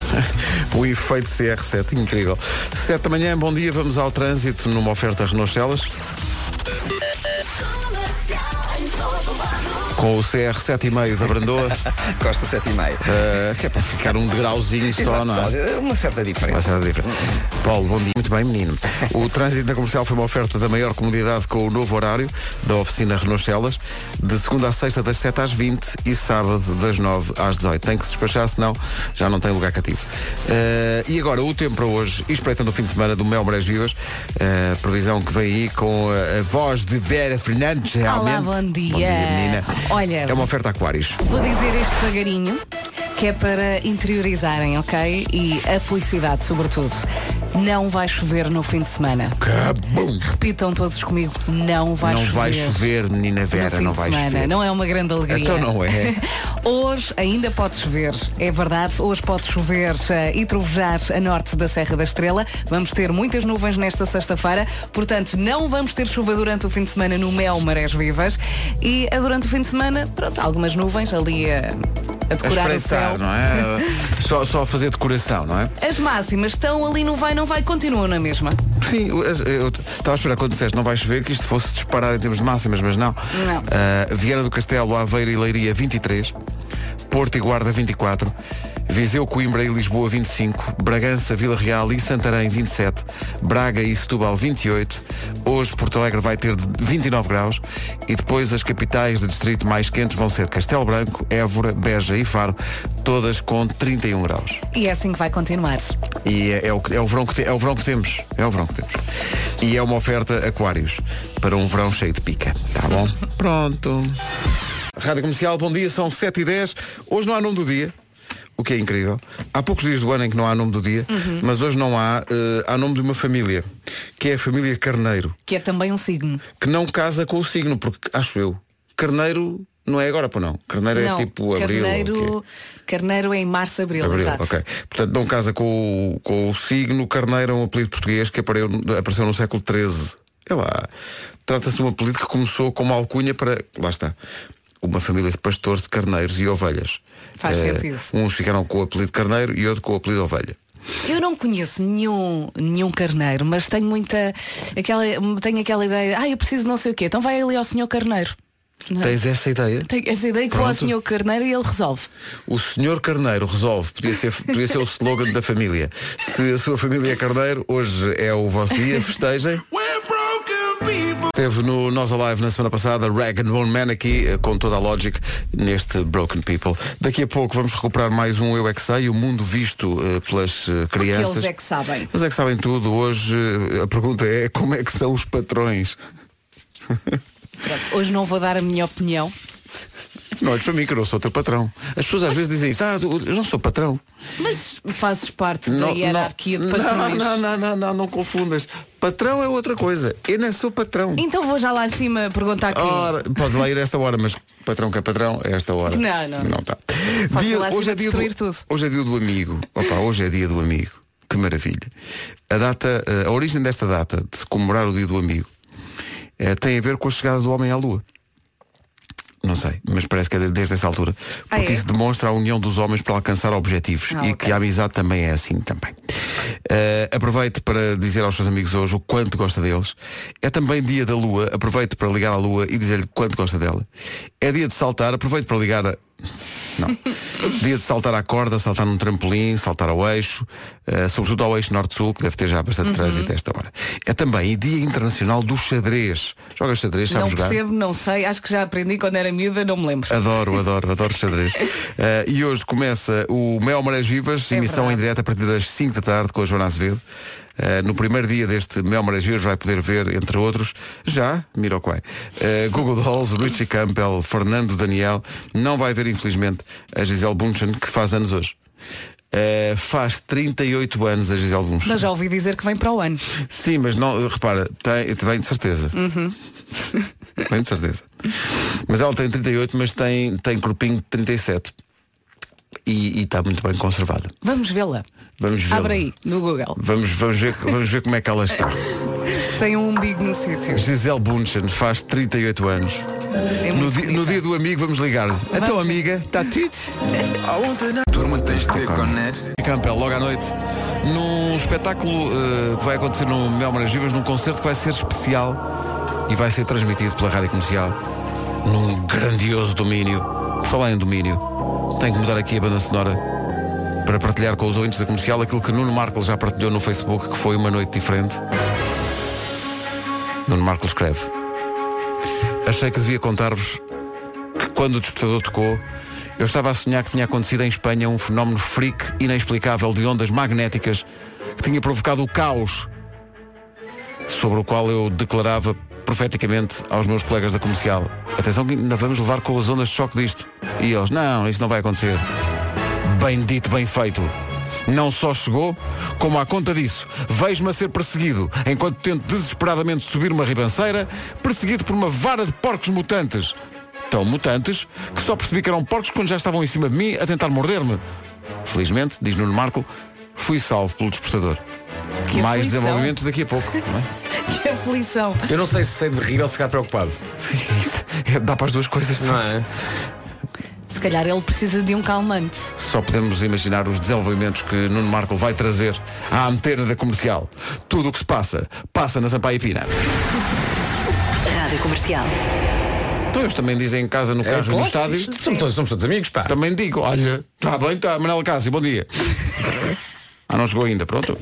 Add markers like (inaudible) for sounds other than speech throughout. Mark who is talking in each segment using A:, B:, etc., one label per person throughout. A: (laughs) o efeito CR7, incrível. 7 da manhã, bom dia, vamos ao trânsito numa oferta Renault Celas. Com o CR7,5 da
B: (laughs)
A: Brandoa,
B: Costa 7,5.
A: eh, que é para ficar um degrauzinho só,
B: Exato,
A: não é?
B: só, Uma certa diferença.
A: Vai ser diferente. Paulo, bom dia. Muito bem, menino. O trânsito na comercial foi uma oferta da maior comodidade com o novo horário da oficina Renault Celas, de segunda a sexta, das 7 às 20 e sábado, das 9 às 18. Tem que se despachar, senão já não tem lugar cativo. Eh, e agora, o tempo para hoje, e espreitando o fim de semana do Mel Brés Vivas, eh, previsão que vem aí com a, a voz de Vera Fernandes, realmente.
C: bom dia.
A: Bom dia, menina.
C: Olha-
A: É uma oferta Aquários.
C: Vou dizer este devagarinho, que é para interiorizarem, ok? E a felicidade, sobretudo. Não vai chover no fim de semana.
A: Cabum!
C: Repitam todos comigo, não vai
A: não
C: chover.
A: vai chover, menina
C: no
A: Vera,
C: fim
A: não
C: de
A: vai
C: semana.
A: chover.
C: Não é uma grande alegria.
A: Então não é.
C: (laughs) Hoje ainda pode chover, é verdade. Hoje pode chover eh, e trovejar a norte da Serra da Estrela. Vamos ter muitas nuvens nesta sexta-feira, portanto não vamos ter chuva durante o fim de semana no Mel Marés Vivas. E eh, durante o fim de semana, pronto, algumas nuvens ali a, a
A: A
C: decorar o
A: espreitar,
C: céu.
A: não
C: (laughs)
A: é? só, só a fazer decoração, não é?
C: As máximas estão ali no vai, não vai, continuam na mesma.
A: Sim, eu- eu estava a esperar quando disseste não vais chover que isto fosse disparar em termos de máximas, mas não.
C: Não.
A: Ah, Viana do Castelo, Aveiro e Leiria 23, Porto e Guarda 24, Viseu, Coimbra e Lisboa 25, Bragança, Vila Real e Santarém 27, Braga e Setúbal 28, hoje Porto Alegre vai ter de 29 graus e depois as capitais de distrito mais quentes vão ser Castelo Branco, Évora, Beja e Faro, todas com 31 graus.
C: E é assim que vai continuar.
A: E é, é o, que- é o verão que te- é o verão que temos. É o verão que temos. E é uma oferta Aquários para um verão cheio de pica. Tá
C: (laughs)
A: bom? Pronto. Rádio Comercial, bom dia, são 7 e 10 Hoje não há nome do dia, o que é incrível. Há poucos dias do ano em que não há nome do dia,
C: Uhum.
A: mas hoje não há. eh, há nome de uma família, que é a família Carneiro,
C: Que é também um signo.
A: que não casa com o signo, porque acho eu, Carneiro não é agora, pô não. Carneiro
C: não,
A: é tipo abril. ou o quê?
C: carneiro, carneiro é em março, abril,
A: Abril,
C: exato.
A: ok. Portanto, não casa com o, com o signo Carneiro, é um apelido português que apareu- apareceu no século XIII. É lá. Trata-se de um apelido que começou como alcunha para. Lá está. Uma família de pastores de carneiros e ovelhas.
C: Faz
A: Eh,
C: sentido.
A: Uns ficaram com o apelido carneiro e outro com o apelido ovelha.
C: Eu não conheço nenhum, nenhum carneiro, mas tenho muita. Aquela, tenho aquela ideia, ah, eu preciso não sei o quê, então vai ali ao senhor carneiro. Não é?
A: Tens essa ideia?
C: Tenho essa ideia que vou ao
A: Pronto.
C: senhor carneiro e ele resolve.
A: O senhor Carneiro resolve, podia ser, podia ser o slogan da família. Se a sua família é Carneiro, hoje é o vosso dia, festejem. Teve no Nós Alive na semana passada Rag and Bone Man aqui eh, com toda a logic neste Broken People. Daqui a pouco vamos recuperar mais um Eu É Que Sei, o mundo visto eh, pelas eh, crianças.
C: eles é que sabem.
A: Eles é que sabem tudo. Hoje eh, a pergunta é como é que são os patrões?
C: Pronto, hoje não vou dar a minha opinião.
A: Não olhes para mim que eu não sou teu patrão. As pessoas às vezes dizem isso, ah, tu- eu não sou patrão.
C: Mas fazes parte da
A: Não,
C: hierarquia
A: não,
C: de patrões.
A: Não, não, não, não, não, não confundas. Patrão é outra coisa. Eu não sou patrão.
C: Então vou já lá em cima perguntar aqui.
A: Ora, pode lá ir a esta hora, mas patrão que é patrão, é esta hora.
C: Não, não.
A: Não está.
C: Posso lá acima
A: hoje, é dia
C: destruir
A: do,
C: tudo.
A: hoje é dia do amigo. Opa, hoje é dia do amigo. Que maravilha. A data, eh, a origem desta data, de se comemorar o dia do amigo, eh, tem a ver com a chegada do homem à lua. Não sei, mas parece que é de- desde essa altura. Porque
C: Ah, é?
A: isso demonstra a união dos homens para alcançar objetivos
C: Ah,
A: e
C: ok.
A: que a amizade também é assim também. Eh, aproveite para dizer aos seus amigos hoje o quanto gosta deles. É também dia da lua, aproveite para ligar à lua e dizer-lhe quanto gosta dela. É dia de saltar, aproveite para ligar a...
C: (laughs)
A: Não. Dia de saltar à corda, saltar num trampolim, saltar ao eixo, eh, sobretudo ao eixo norte-sul, que deve ter já bastante
C: Uhum.
A: trânsito a esta hora. É também Dia Internacional do Xadrez. Joga xadrez, sabe
C: não
A: jogar?
C: percebo, não sei, acho que já aprendi quando era miúda, não me lembro.
A: Adoro, adoro, adoro xadrez.
C: (laughs)
A: Eh, e hoje começa o Mel Marés Vivas,
C: É
A: emissão em
C: verdade.
A: direto a partir das 5 da tarde com a Joana Azevedo. Eh, no primeiro dia deste Mel Marés Vivas vai poder ver, entre outros, já, Miroquai, eh, Google Dolls, Richie Campbell, Fernando Daniel. Não vai ver, infelizmente, a Gisele Bunchen, que faz anos hoje. Eh, faz 38 anos a Gisele Bunchen.
C: Mas já ouvi dizer que vem para o ano.
A: Sim, mas não, repara, tem, vem de certeza.
C: Uhum.
A: (laughs) vem de certeza. Mas ela tem 38, mas tem, tem corpinho de 37. E e está muito bem conservada.
C: Vamos vê-la.
A: Vamos ver.
C: Abre aí, no Google.
A: Vamos, vamos, ver, vamos ver
C: (laughs)
A: como é que ela está.
C: Tem um umbigo no sítio.
A: Gisele Bunchen faz 38 anos.
C: É
A: No,
C: muito
A: di- no
C: bonita.
A: dia do amigo vamos ligar-lhe. Então, amiga, está tudo?
D: Turma, tens de connet.
A: Campbell, é logo à noite, num espetáculo eh, que vai acontecer no Mel Maras Vivas, num concerto que vai ser especial e vai ser transmitido pela Rádio Comercial num grandioso domínio. Por Falar em domínio, tenho que mudar aqui a banda sonora para partilhar com os ouvintes da comercial aquilo que Nuno Marcos já partilhou no Facebook, que foi uma noite diferente. Nuno Marcos escreve. Achei que devia contar-vos que quando o despertador tocou, eu estava a sonhar que tinha acontecido em Espanha um fenómeno freak inexplicável de ondas magnéticas que tinha provocado o caos sobre o qual eu declarava profeticamente aos meus colegas da comercial. Atenção que ainda vamos levar com as ondas de choque disto. E eles, não, isso não vai acontecer. Bem dito, bem feito. Não só chegou, como à conta disso, vejo-me a ser perseguido, enquanto tento desesperadamente subir uma ribanceira, perseguido por uma vara de porcos mutantes. Tão mutantes que só percebi que eram porcos quando já estavam em cima de mim a tentar morder-me. Felizmente, diz Nuno Marco, fui salvo pelo despertador.
C: Que
A: Mais
C: aflição.
A: desenvolvimentos daqui a pouco. não é?
C: Que aflição.
E: Eu não sei se sei de rir ou de ficar preocupado.
A: Isto é- (laughs) dá para as duas coisas. de
E: Não
A: facto.
E: é?
C: Se calhar ele precisa de um calmante.
A: Só podemos imaginar os desenvolvimentos que Nuno Marco vai trazer à antena da comercial. Tudo o que se passa, passa na Sampaia Pina.
F: Rádio Comercial.
A: Então eles também dizem em casa, no carro, e no estádio.
E: Somos todos, somos todos amigos, pá.
A: Também digo, olha, está bem, está, Manela Cássio, bom dia. ah, não chegou ainda, pronto.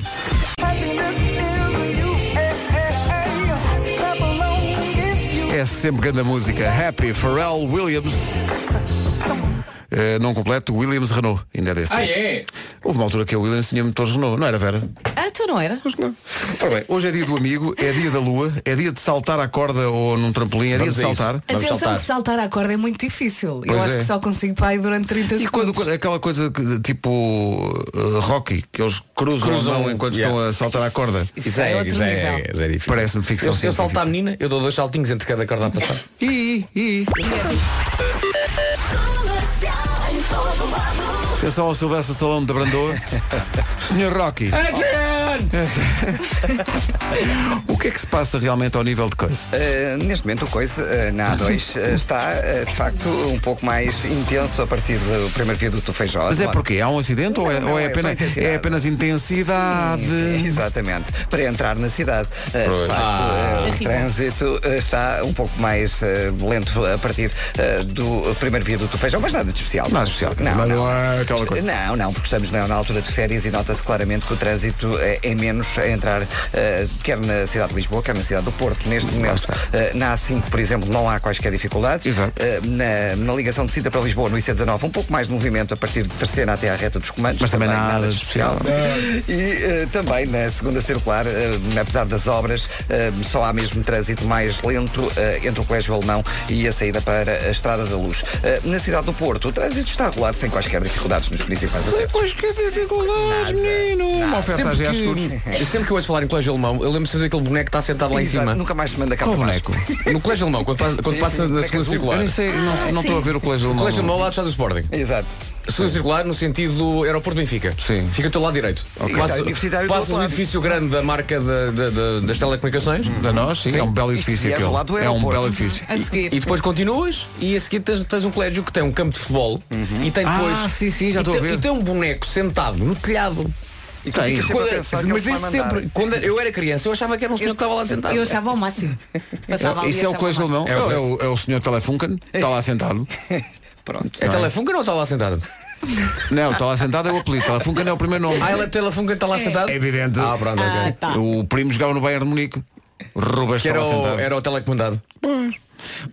A: É sempre grande a música. Happy Pharrell Williams. Eh, não completo, Williams Renault. Ainda é desse
E: Ah,
A: tempo.
E: é?
A: Houve uma altura que a Williams tinha motores Renault, não era, Vera?
C: Ah, tu não era?
A: Ora bem, hoje é dia do amigo, é dia da lua, é dia de saltar à corda ou num trampolim, é
E: Vamos
A: dia de
E: a isso.
A: saltar.
E: Vamos
C: Atenção
E: saltar.
C: que saltar à corda é muito difícil.
A: Pois
C: eu acho
A: é.
C: que só consigo pai durante 30
A: E
C: segundos.
A: quando, quando- aquela coisa que, tipo eh, Rocky, que eles cruzam,
E: Cruzam,
A: a mão enquanto
E: yeah.
A: estão a saltar à corda. Tipo,
C: Isso já é outro nível.
E: já é difícil.
A: Parece-me ficção
E: Eu, se eu
A: científica.
E: saltar a menina, eu dou dois saltinhos entre cada corda a passar.
A: E, e. Atenção ao Silvestre Salão da Brandoa. (laughs) Senhor Rocky, (laughs) o que é que se passa realmente ao nível de coisa?
B: Eh, neste momento o coisa eh,
A: (laughs)
B: na A2 eh, está eh, de facto um pouco mais intenso a partir do primeiro viaduto do Feijó.
A: Mas é porque há um acidente ou é,
B: Não, não,
A: ou é
B: é só
A: apenas,
B: intensidade.
A: é apenas intensidade?
B: (laughs) Exatamente, para entrar na cidade. Eh, De facto,
A: Ah,
B: eh, o trânsito eh, está um pouco mais eh, lento a partir eh, do primeiro viaduto do feijão, mas nada de especial.
A: Nada de especial, quer dizer,
B: Não,
A: mas
B: não,
A: não é aquela coisa.
B: Não, não, porque estamos na, na altura de férias e nota-se claramente que o trânsito é, é menos a entrar eh, quer na cidade de Lisboa, quer na cidade do Porto. Neste momento, eh, na A5, por exemplo, não há quaisquer dificuldades.
A: Exato.
B: Eh, na, na ligação de Sintra para Lisboa, no IC19, um pouco mais de movimento a partir de terceira até à reta dos comandos.
A: Mas também nada de especial.
B: E eh, também na segunda circular, eh, apesar das obras, eh, só há mesmo trânsito mais lento eh, entre o Colégio Alemão e a saída para a Estrada da Luz. Eh, na cidade do Porto, o trânsito está a rolar sem quaisquer dificuldades nos principais acessos.
A: (laughs) Pois que dificuldades, menino! Uma oferta à
E: Sempre
A: GA Seguros.
E: que, sempre que eu ouço falar em colégio alemão, eu lembro-me sempre daquele boneco que está sentado lá em
B: Exato,
E: cima.
B: Nunca mais se manda cá
A: Qual
B: para
A: boneco?
B: baixo.
E: No colégio alemão, quando passa, quando
B: Sim,
E: passa
B: sim,
E: na
B: boneco
E: segunda
B: azul.
E: circular.
A: Eu nem sei, não- não estou a ver o colégio alemão.
E: Colégio alemão lá do estado do Sporting.
B: Exato. (laughs)
E: Segunda circular no sentido do aeroporto Benfica.
A: Sim.
E: Fica do teu lado direito.
B: Ok.
E: Passas-
B: Está universitário do
E: Passas
B: outro
E: um
B: lado.
E: edifício grande da marca da- da- da- das telecomunicações
A: Da nós, sim, é um belo
B: Isto
A: edifício
B: é
A: aquele.
B: ao lado do
A: É um
B: aeroporto.
A: belo edifício.
C: A seguir.
E: e depois continuas e a seguir tens, tens um colégio que tem um campo de futebol e tem depois.
A: Ah, sim, sim, já
E: e
A: estou a
E: tem-
A: ver.
E: E tem um boneco sentado no telhado.
B: E tu ficas sempre a
E: Ah, Quando- é-
B: pensar que
E: mas
B: ele se
E: desde
B: vai mandar.
E: sempre, quando é- eu era criança, eu achava que era um senhor que estava lá sentado.
C: Eu achava ao máximo. Passava ali
A: Isso é o
C: achava
A: colégio
C: ao máximo.
A: alemão. É, o, é o senhor Telefunken, está lá sentado.
B: Pronto.
E: É Telefunken ou não estava lá sentado?
A: Não, está lá sentado é o apelido. Telefunken é o primeiro nome.
E: Ah, ele é Telefunken está lá sentado?
A: É evidente.
E: Ah, pronto, ok.
C: Ah, tá.
A: O primo jogava no Bayern de Munique. O Rubens
E: Que
A: está
E: era
A: lá
E: o,
A: sentado.
E: era o telecomandado.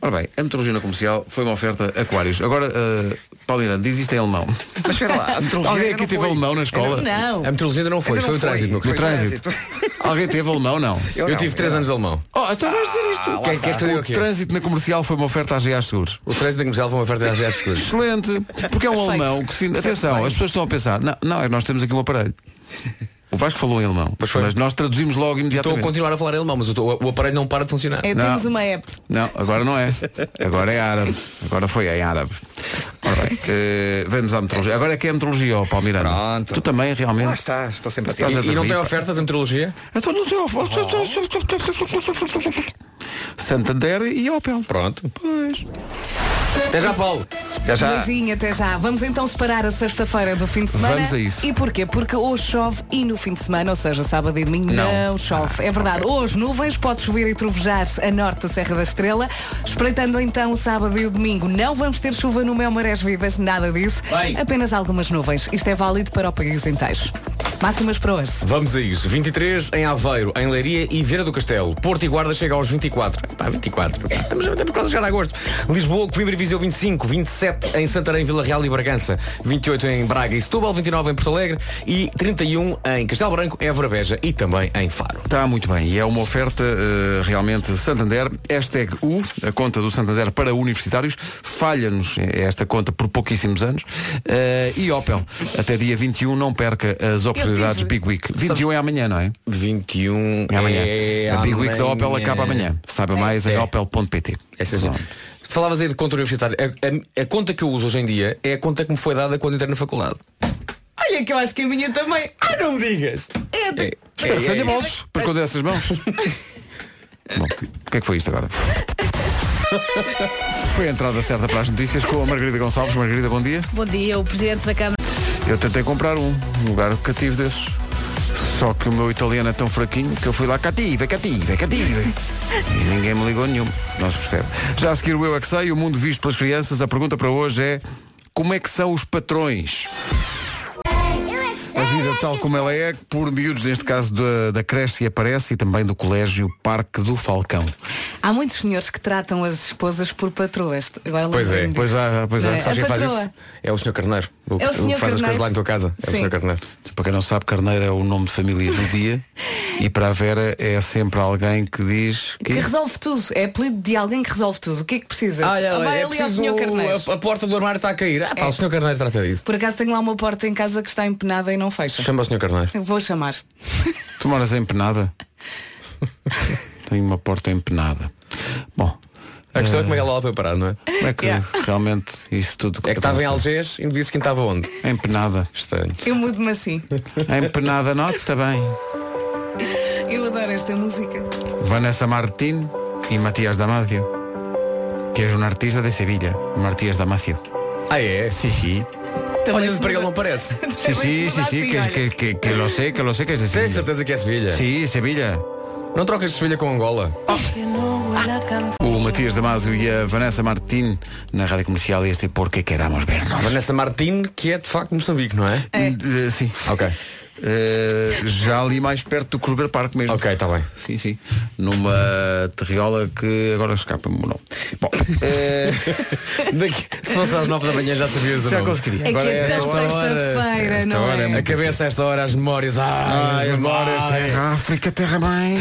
A: Ora bem, a metrologia na comercial foi uma oferta Aquários. Agora, eh, Paulina, diz isto em alemão.
B: Mas espera lá, a
A: Alguém
B: metrologia ainda
A: aqui
B: não
A: teve
B: foi.
A: alemão na escola?
C: Não.
E: A meteorologia ainda não foi,
B: Ainda
E: foi
B: não
E: o trânsito. meu
A: No
E: querido.
B: Foi
A: trânsito. Alguém teve alemão, não?
E: Eu, Ah,
B: não,
E: tive 3
B: não.
E: anos de alemão.
A: Oh, então vais dizer isto.
E: Quer- quer que eu diga o quê?
A: Trânsito na comercial foi uma oferta à GA Seguros.
E: O trânsito da comercial foi uma oferta de às
A: (laughs)
E: coisas.
A: Excelente, porque é um alemão que se... Atenção, as pessoas estão a pensar, não, não, é que nós temos aqui um aparelho. O Vasco falou em alemão,
E: Pois foi.
A: mas nós traduzimos logo
E: Estou a
A: imediatamente.
E: continuar a falar em alemão, mas o, teu- o aparelho não para de funcionar.
C: É,
A: Não.
C: temos uma app.
A: Não, agora não é. Agora é árabe. Agora foi em árabe. Ora bem, eh, vamos à metrologia. Agora é que é a metrologia, ó Paulo Miranda.
B: Pronto.
A: Tu também realmente.
B: (laughs) Lá está, estou sempre
A: Estás a
B: atento.
E: E não
A: dormir,
E: tem
A: pá.
E: ofertas em meteorologia?
A: Então não tem oferta. Santander e Opel.
E: Pronto. Pois. Até já, Paulo.
B: Até já.
C: Beijinho, até já. Vamos então separar a sexta-feira do fim de semana.
A: Vamos a isso.
C: E porquê? Porque hoje chove e no fim de semana, ou seja, sábado e domingo, não, chove. É verdade. Hoje nuvens, pode chover e trovejar a norte da Serra da Estrela. Espreitando então o sábado e o domingo, não vamos ter chuva no Mel Marés Vivas, nada disso.
E: Bem.
C: Apenas algumas nuvens. Isto é válido para o país inteiro. Máximas para hoje.
E: Vamos a isso. 23 em Aveiro, em Leiria e Vieira do Castelo. Porto e Guarda chega aos 24. Pá, 24. Pá, Estamos, estamos quase a chegar a agosto. Lisboa, Coimbra e Viseu 25. 27 em Santarém, Vila Real e Bragança. 28 em Braga e Setúbal. 29 em Porto Alegre. E 31 em Castelo Branco, Évora Beja e também em Faro.
A: Está muito bem. E é uma oferta eh, realmente Santander. Hashtag U, a conta do Santander para universitários. Falha-nos esta conta por pouquíssimos anos. Eh, e Opel, até dia 21 não perca as oportunidades
C: tive-
A: Big Week. 21 é amanhã, não é?
E: 21
A: É amanhã.
E: é
A: a Big Week da Opel
E: amanhã.
A: acaba amanhã. Saiba mais em
E: É.
A: opel.pt.
E: Essa é assim. Falavas aí de conta universitária. A, a- a conta que eu uso hoje em dia é a conta que me foi dada quando entrei na faculdade. Olha é que eu acho que a minha também. Ah, não me digas!
C: É de-
A: Espero que
E: é
A: tenha
E: isso.
A: bolsos para esconder essas mãos. (laughs) Bom, o que é que foi isto agora? Foi a entrada certa para as notícias com a Margarida Gonçalves. Margarida, bom dia.
G: Bom dia, o presidente da Câmara.
A: Eu tentei comprar um, um lugar cativo desses. Só que o meu italiano é tão fraquinho que eu fui lá cativa, cativa, cativa. E ninguém me ligou nenhum. Não se percebe. Já a seguir o Eu é que sei, o mundo visto pelas crianças, a pergunta para hoje é como é que são os patrões? A vida tal como ela é, por miúdos, neste caso da, da creche e aparece e também do colégio Parque do Falcão.
C: Há muitos senhores que tratam as esposas por patroas. Agora
E: Pois é,
C: lembrei-me
A: Pois
C: disso.
A: há, pois há.
C: É.
E: Sabes
C: A
E: quem faz
C: patroa.
E: isso? É o Sr. Carneiro. O,
C: É o Sr.
E: que faz as coisas
C: Carneiro.
E: lá em tua casa. É o
C: Sim.
E: Sr. Carneiro.
A: Para quem não sabe, Carneiro é o nome de família do dia e para a Vera é sempre alguém que diz
C: Que resolve tudo. É apelido de alguém que resolve tudo. O que é que precisas? Ah, Vai ali ao senhor Carneiro.
E: a, porta do armário está a cair. Ah, pá, o Sr. Carneiro trata disso.
C: Por acaso tenho lá uma porta em casa que está empenada e não fecha.
E: Chama o Sr. Carneiro.
C: Vou chamar.
A: Tu moras empenada? Tem uma porta empenada. Bom,
E: A questão é como é que ela lá foi parar, não é?
A: como é que
C: Yeah.
A: realmente isso tudo
E: É que estava em
A: acontece?
E: Algés e me disse que estava onde?
A: Empenada.
E: Estranho.
C: Eu mudo-me assim.
A: Empenada não, está bem.
C: Eu adoro esta música.
A: Vanessa Martín y Matías Damacio, que es un artista de Sevilla, Matías Damacio.
E: Ah, é?
A: Sí, sí.
E: Olha, de para ele não parece.
A: Sí, sí, sí, sí, que, que, que- que lo sé, que lo sé que es de
E: Tenho
A: Sevilla.
E: certeza que é Sevilha.
A: Sí, Sevilla.
E: Não trocas Sevilha com Angola.
A: O Matías Damasio e a Vanessa Martín na rádio comercial e este Porque Queramos Vernos.
E: Vanessa Martin, que é de facto Moçambique, não é?
C: É.
A: Eh, sim.
E: Ok.
A: Eh, já ali mais perto do Kruger Park mesmo.
E: Ok, está bem.
A: Sim, sim. Numa terriola que agora escapa-me o nome. (laughs) Bom, eh,
E: Daqui- se fosse às 9 da manhã já sabias o
A: Já
E: nome.
A: conseguiria.
C: É que é
E: esta
C: tão sexta-feira, não
E: hora
C: é?
E: A cabeça a esta hora, as memórias.
A: Ah,
E: Ai, as memórias. ai.
A: terra África, terra mãe.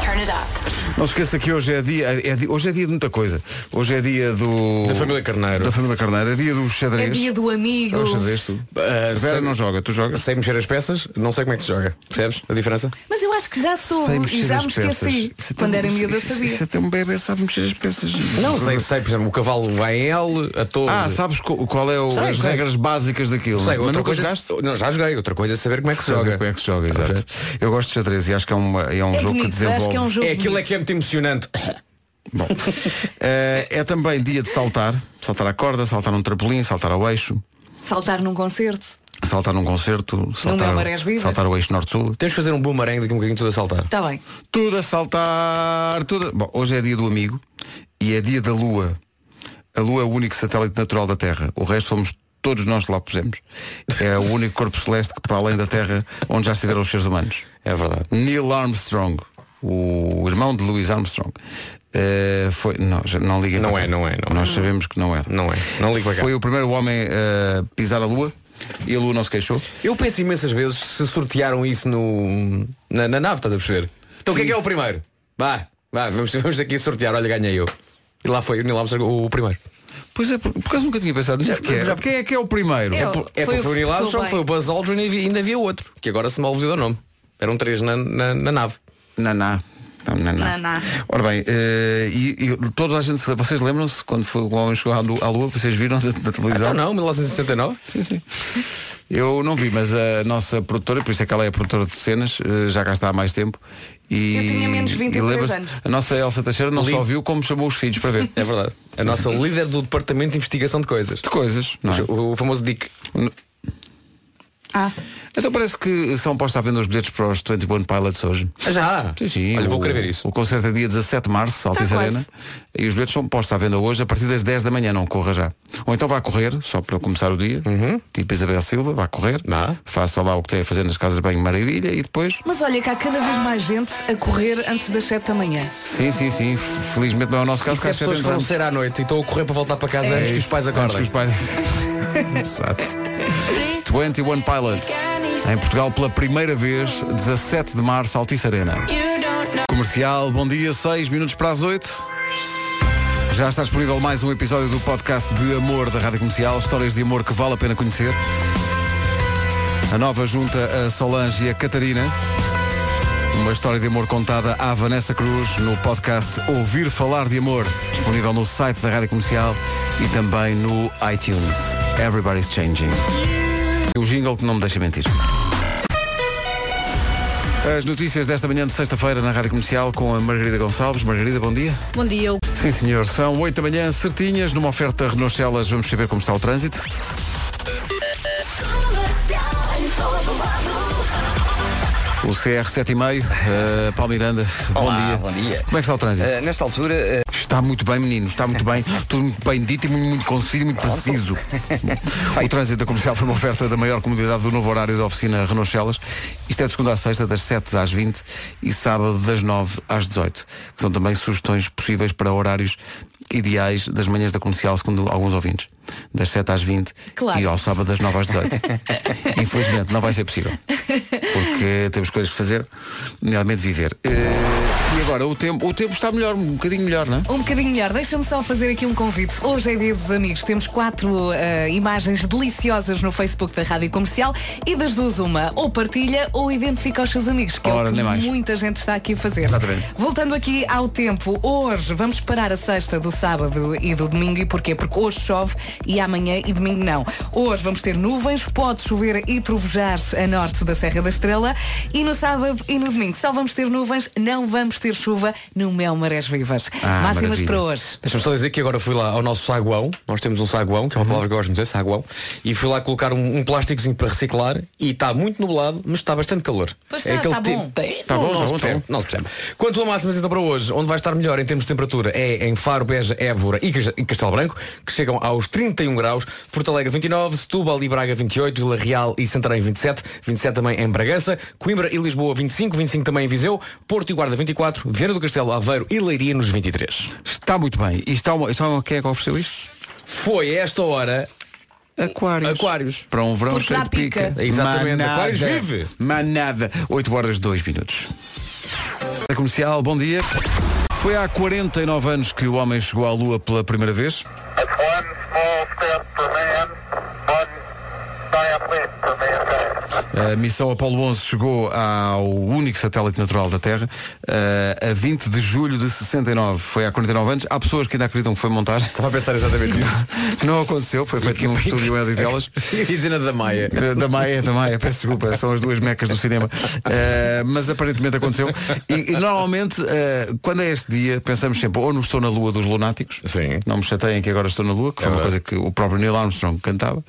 F: Turn it up.
A: Não se esqueça que hoje é dia, é di- hoje é dia de muita coisa. Hoje é dia do.
E: Da família Carneiro.
A: Da família Carneiro. É dia do
C: É
A: xadrez.
C: dia do amigo.
A: Joga xadrez tu?
E: Ah,
A: A Vera
E: sei-
A: não joga, tu jogas?
E: Sem mexer as peças, não sei como é que se joga. Percebes a diferença?
C: Mas eu acho que já sou
A: Sem
C: e
A: mexer
C: já
A: as
C: me
A: peças.
C: esqueci.
A: Isso é
C: Quando
A: tão-
C: era miúda eu
A: isso- Isso
C: sabia.
A: até um bebê sabe mexer as peças.
E: sei, sei, por exemplo, o cavalo vai em L, a torre.
A: Ah, sabes co- qual é o,
E: Sei,
A: as
E: sei.
A: regras básicas daquilo?
E: Sei,
A: mas
E: outra
A: nunca
E: coisa é
A: jogaste?
E: Não, já joguei. Outra coisa é saber como é que se joga.
A: Como é que se joga, exato. Eu gosto de xadrez e acho que é, uma, é um
C: É
A: jogo que
C: bonito,
A: desenvolve.
C: acho que é um jogo.
E: É aquilo é que é muito emocionante.
A: Bom,
C: (laughs)
A: eh, é também dia de saltar, saltar à corda, saltar num trampolim, saltar ao eixo,
C: Saltar num concerto.
A: saltar num concerto, saltar,
C: Mel Marés Vivas.
A: saltar ao eixo norte-sul.
E: Temos de fazer um boomerang daqui a um bocadinho tudo a saltar.
C: Está Tá bem.
A: Tudo a saltar, tudo. a- Bom, hoje é dia do amigo e é dia da Lua. A Lua é o único satélite natural da Terra. O resto somos todos nós que lá pusemos. É o único corpo celeste que para além da Terra onde já estiveram os seres humanos.
E: É verdade.
A: Neil Armstrong, o irmão de Louis Armstrong, eh, foi. Não, já não liga
E: Não
A: para
E: é,
A: cá.
E: não é, não é.
A: Nós sabemos que não é.
E: Não é. Não ligo para cá.
A: Foi o primeiro homem a pisar a Lua e a Lua não se queixou.
E: Eu penso imensas vezes se sortearam isso no, na, na nave, estás a perceber? Então quem é que é o primeiro? Vá, vá, vamos, vamos aqui sortear, olha, ganhei eu. E lá foi o Neil Armstrong, o, o primeiro.
A: Pois é, por, por acaso nunca tinha pensado nisso.
E: Já-
A: que é.
E: já-
A: Quem é que é o primeiro?
C: É o-
A: por-
E: É
C: Foi
E: porque
C: o
E: foi
C: que
E: o Neil
C: cortou
E: Armstrong,
C: bem.
E: foi o Buzz Aldrin e havia- ainda havia outro, que agora se mal ouviu o nome. Eram três na, na, na nave.
A: Naná. Não, Naná.
C: Naná.
A: Ora bem, eh, e, e toda a gente, se- vocês
E: Ah,
A: lembram-se quando foi o homem chegou à Lu- à Lua, vocês viram da, da televisão?
E: Então não, 1969?
A: Sim, sim. Eu não vi, mas a nossa produtora, por isso é que ela é produtora de cenas, eh, já cá está há mais tempo. E,
C: Eu tinha menos
A: e
C: 23
A: lembra-se,
C: anos.
A: A nossa Elsa Teixeira não
E: Li-
A: só viu como chamou os filhos para
C: (laughs)
A: ver.
E: É verdade. A nossa líder do Departamento de Investigação de Coisas.
A: De coisas, não é?
E: O, o famoso Dick.
C: Ah,
A: Então parece que são postos à venda os bilhetes para os 21 Pilots hoje.
E: Já.
A: Sim, sim.
E: Olha, vou
A: o-
E: escrever isso.
A: O concerto é dia 17 de março, Altice
C: Tá quase.
A: Arena. E os bilhetes são postos à venda hoje a partir das 10 da manhã, não corra já. Ou então vá correr, só para começar o dia, tipo Isabel Silva, vá correr,
E: Uhum. Vá.
A: faça lá o que tem a fazer nas casas de banho maravilha e depois.
C: mas olha que há cada vez mais gente a correr antes das 7 da manhã.
A: Sim, sim, sim. f- Felizmente não é o nosso
E: E
A: caso,
E: se
A: porque
E: as
A: às
E: pessoas
A: sete
E: foram
A: entramos.
E: sair à noite e estão a correr para voltar para casa antes que os pais
A: Antes que
E: acordem.
A: os pais- (laughs) Exato. 21 Pilots. Em Portugal, pela primeira vez, 17 de março, Altice Arena. Comercial, bom dia, 6 minutos para as 8. Já está disponível mais um episódio do podcast de amor da Rádio Comercial, histórias de amor que vale a pena conhecer. A nova junta a Solange e a Catarina. Uma história de amor contada à Vanessa Cruz no podcast Ouvir Falar de Amor, disponível no site da Rádio Comercial e também no iTunes. Everybody's changing. É O jingle que não me deixa mentir. As notícias desta manhã de sexta-feira na Rádio Comercial com a Margarida Gonçalves. Margarida, bom dia.
G: Bom dia, o
A: Sim, senhor. São 8 da manhã, certinhas, numa oferta Renault Celas. Vamos saber como está o trânsito. O CR 7,5, uh, Paulo Miranda,
B: Olá,
A: bom
B: bom
A: dia.
B: dia.
A: Como é que está o trânsito?
B: Eh, nesta altura, eh,
A: Está muito bem, menino, está muito bem. Tudo muito bem dito e muito, muito conciso e muito preciso. o trânsito da comercial foi uma oferta da maior comodidade do novo horário da oficina Renault Celas. Isto é de segunda à sexta, das 7 às 20 e sábado das 9 às 18. Que são também sugestões possíveis para horários ideais das manhãs da comercial, segundo alguns ouvintes. Das 7 às 20
G: Claro.
A: e ao sábado das 9 às 18. Infelizmente, não vai ser possível. Porque temos coisas que fazer, realmente viver. Eh, e agora, o tempo, o tempo está melhor, um bocadinho melhor, não é?
C: Um bocadinho melhor, deixa-me só fazer aqui um convite. Hoje é dia dos amigos. Temos quatro eh, imagens deliciosas no Facebook da Rádio Comercial e das duas uma, ou partilha ou identifica aos seus amigos, que
A: Ora,
C: é o que
A: nem mais.
C: muita gente está aqui a fazer.
A: Exatamente.
C: Voltando aqui ao tempo, hoje vamos parar a sexta do sábado e do domingo. E porquê? Porque hoje chove e amanhã e domingo não. Hoje vamos ter nuvens, pode chover e trovejar a norte da Serra da Estrela. E no sábado e no domingo só vamos ter nuvens, não vamos ter chuva no Mel Marés Vivas.
A: Ah,
C: Máximas
A: maravilha.
C: para hoje.
E: Deixa-me só dizer que agora fui lá ao nosso saguão, nós temos um saguão, que
C: Uhum.
E: é uma palavra que eu gosto de dizer, saguão, e fui lá colocar um, um plásticozinho para reciclar e está muito nublado, mas está bastante calor.
C: Pois está,
E: aquele
C: está
E: tipo-
C: bom.
E: tem-
A: Está
E: não-
A: Tá bom,
E: não
A: está
E: se
A: bom,
E: percebe,
A: está
E: Não se percebe. Quanto a máximas então para hoje, onde vai estar melhor em termos de temperatura é em Faro, Beja, Évora e Cas- e Castelo Branco, que chegam aos 31 graus, Porto Alegre 29, Setúbal e Braga 28, Vila Real e Santarém 27, 27 também em Bragança, Coimbra e Lisboa 25, 25 também em Viseu, Porto e Guarda 24, Viana do Castelo, Aveiro e Leiria nos 23.
A: Está muito bem. E está uma, está uma, quem é que ofereceu isto?
E: Foi a esta hora
A: Aquários.
E: Aquários.
A: Para um verão
C: Porque
A: cheio
C: dá
A: de pica.
E: pica. Exatamente.
A: Manada.
E: Aquários vive.
A: Manada. 8 horas 2 minutos. A comercial, bom dia. Foi há 49 anos que o homem chegou à Lua pela primeira vez. A missão Apolo 11 chegou ao único satélite natural da Terra eh, a 20 de julho de 69. Foi há 49 anos. Há pessoas que ainda acreditam que foi montagem. (laughs)
E: Estava a pensar (laughs) exatamente nisso.
A: Não aconteceu, foi feito num estúdio em
E: (laughs)
A: Odivelas.
E: Dizina da Maia.
A: Eh, Da Maia, da Maia, peço desculpa, são as duas mecas do cinema. Eh, mas aparentemente aconteceu. E, e normalmente, eh, quando é este dia, pensamos sempre ou no Estou na Lua dos Lunáticos,
E: Sim. É
A: não me chateiem que agora estou na Lua, que foi uma coisa
E: verdade.
A: que o próprio Neil Armstrong cantava,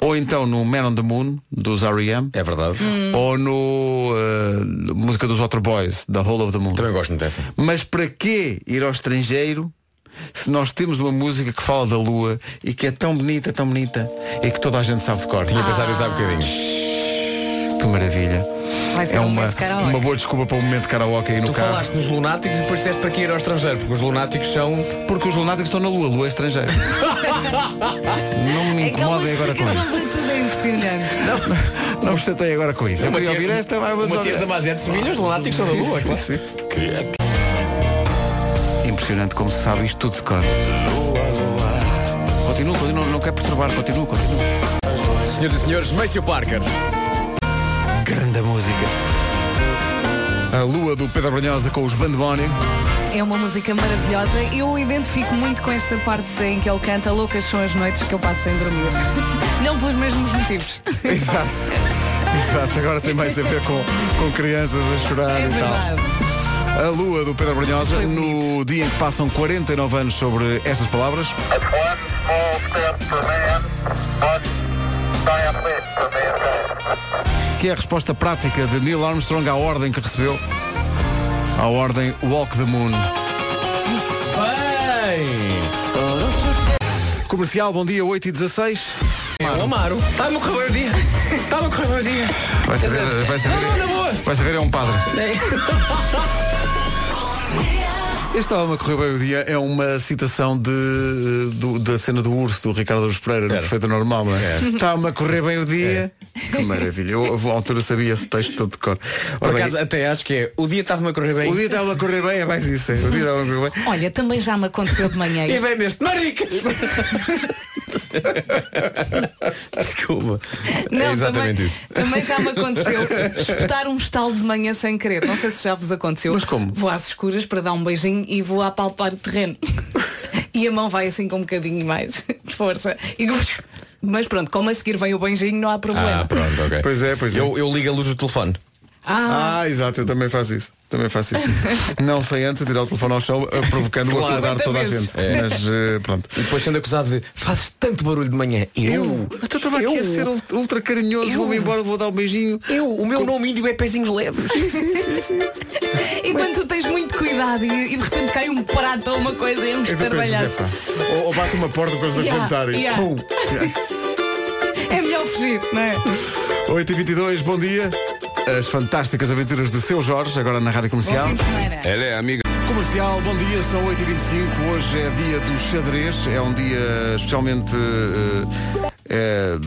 A: ou então no Man on the Moon, dos R.E.M.,
E: É verdade.
A: ou no eh, música dos Water Boys, da Whole of the Moon.
E: Também gosto muito dessa.
A: Mas para que ir ao estrangeiro se nós temos uma música que fala da Lua e que é tão bonita, tão bonita, e que toda a gente sabe de cor?
E: Tinha pensado nisso há bocadinho.
A: Que maravilha.
C: Vai ser
A: É
C: um
A: uma,
C: momento de karaoke.
A: uma boa desculpa para um momento de karaoke aí no
E: Tu
A: carro.
E: falaste nos lunáticos e depois disseste para que ir ao estrangeiro, porque os lunáticos são.
A: Porque os lunáticos estão na lua, a lua é estrangeira.
C: (laughs)
A: não me
C: É que há uma
A: incomodem agora com isso.
C: explicação para tudo é impressionante.
A: Não me chatei agora com isso. Eu queria ouvir esta, vai vamos
E: Uma
A: ouvir.
E: terça mais é de Sevilha, os lunáticos são da (laughs) lua, claro.
A: Sim, sim. Impressionante como se sabe isto tudo de cor. Continua, continua, não quero perturbar, continua, continua.
E: Senhoras e senhores, Maceo Parker.
A: Grande música. A lua do Pedro Brunhosa com os Bandemónio.
C: É uma música maravilhosa. Eu identifico muito com esta parte em que ele canta Loucas são as noites que eu passo sem dormir. Não pelos mesmos motivos.
A: Então. (laughs) Exato. Exato. Agora tem mais a ver com, com crianças a chorar e
C: É
A: tal.
C: verdade.
A: A lua do Pedro Brunhosa,
C: Foi
A: no dia em que passam 49 anos sobre estas palavras. Que é a resposta prática de Neil Armstrong à ordem que recebeu. À ordem Walk the Moon. Comercial, bom dia, 8 e 16.
E: Eu amaro. Está-me a correr o dia. Está-me a correr o dia.
A: Vai saber, vai saber.
E: Não, na boa. É.
A: Vai saber, é um padre. (laughs) Este álbum a correr bem o dia é uma citação de, eh, do- da cena do urso do Ricardo Aros Pereira, no Perfeita Normal, não é? Está-me a correr bem o dia. Que maravilha. Eu, à altura, sabia esse texto todo de cor. Ora
E: É. Por
A: bem,
E: acaso, até acho que é. O dia estava-me a correr bem.
A: o dia estava a correr bem, é mais isso. é. O dia estava a correr bem.
C: Olha, também já me aconteceu de
A: (laughs) É
C: manhã
E: E
C: isto.
E: vem-me este (laughs) maricas. Desculpa. é exatamente
C: também,
E: isso.
C: Também já me
G: (laughs)
C: aconteceu espetar um estalo de manhã sem querer. Não sei se já vos aconteceu.
A: Mas como?
C: Vou às escuras para dar um beijinho e vou a palpar o
G: (laughs)
C: terreno. E a mão vai assim com um bocadinho mais de força. E... Mas pronto, como a seguir vem o beijinho, não há
E: Ah,
C: problema.
E: pronto, ok.
A: Pois é, pois é.
E: Eu, eu ligo a luz do telefone.
C: Ah,
A: Ah, exato, eu também faço isso. Também faço isso. Não sei antes de tirar o telefone ao chão, eh, provocando-o a
E: Claro,
A: acordar
C: muitas
A: toda a
C: vezes.
A: gente. Mas eh, pronto.
E: E depois sendo acusado de fazes tanto barulho de manhã.
A: Eu, eu
E: Então
A: estava aqui a ser ul- ultra carinhoso, vou-me embora, vou dar um beijinho.
E: Eu, um- o meu nome índio é pezinhos leves.
C: e quando tu tens muito cuidado e, e de repente cai um prato ou uma coisa, é
A: Eu
C: um
A: depois
C: estardalhaço.
A: disse, "Epá, Então Ou, ou bate uma porta depois de
C: Yeah,
A: comentar. e
C: yeah.
A: Pum.
C: É melhor fugir, não é?
A: 8h22, bom dia. As fantásticas aventuras de seu Jorge, agora na Rádio Comercial.
C: Bom fim de semana.
D: Ela é amiga.
A: Comercial, bom dia, são 8h25, hoje é dia do xadrez, é um dia especialmente eh,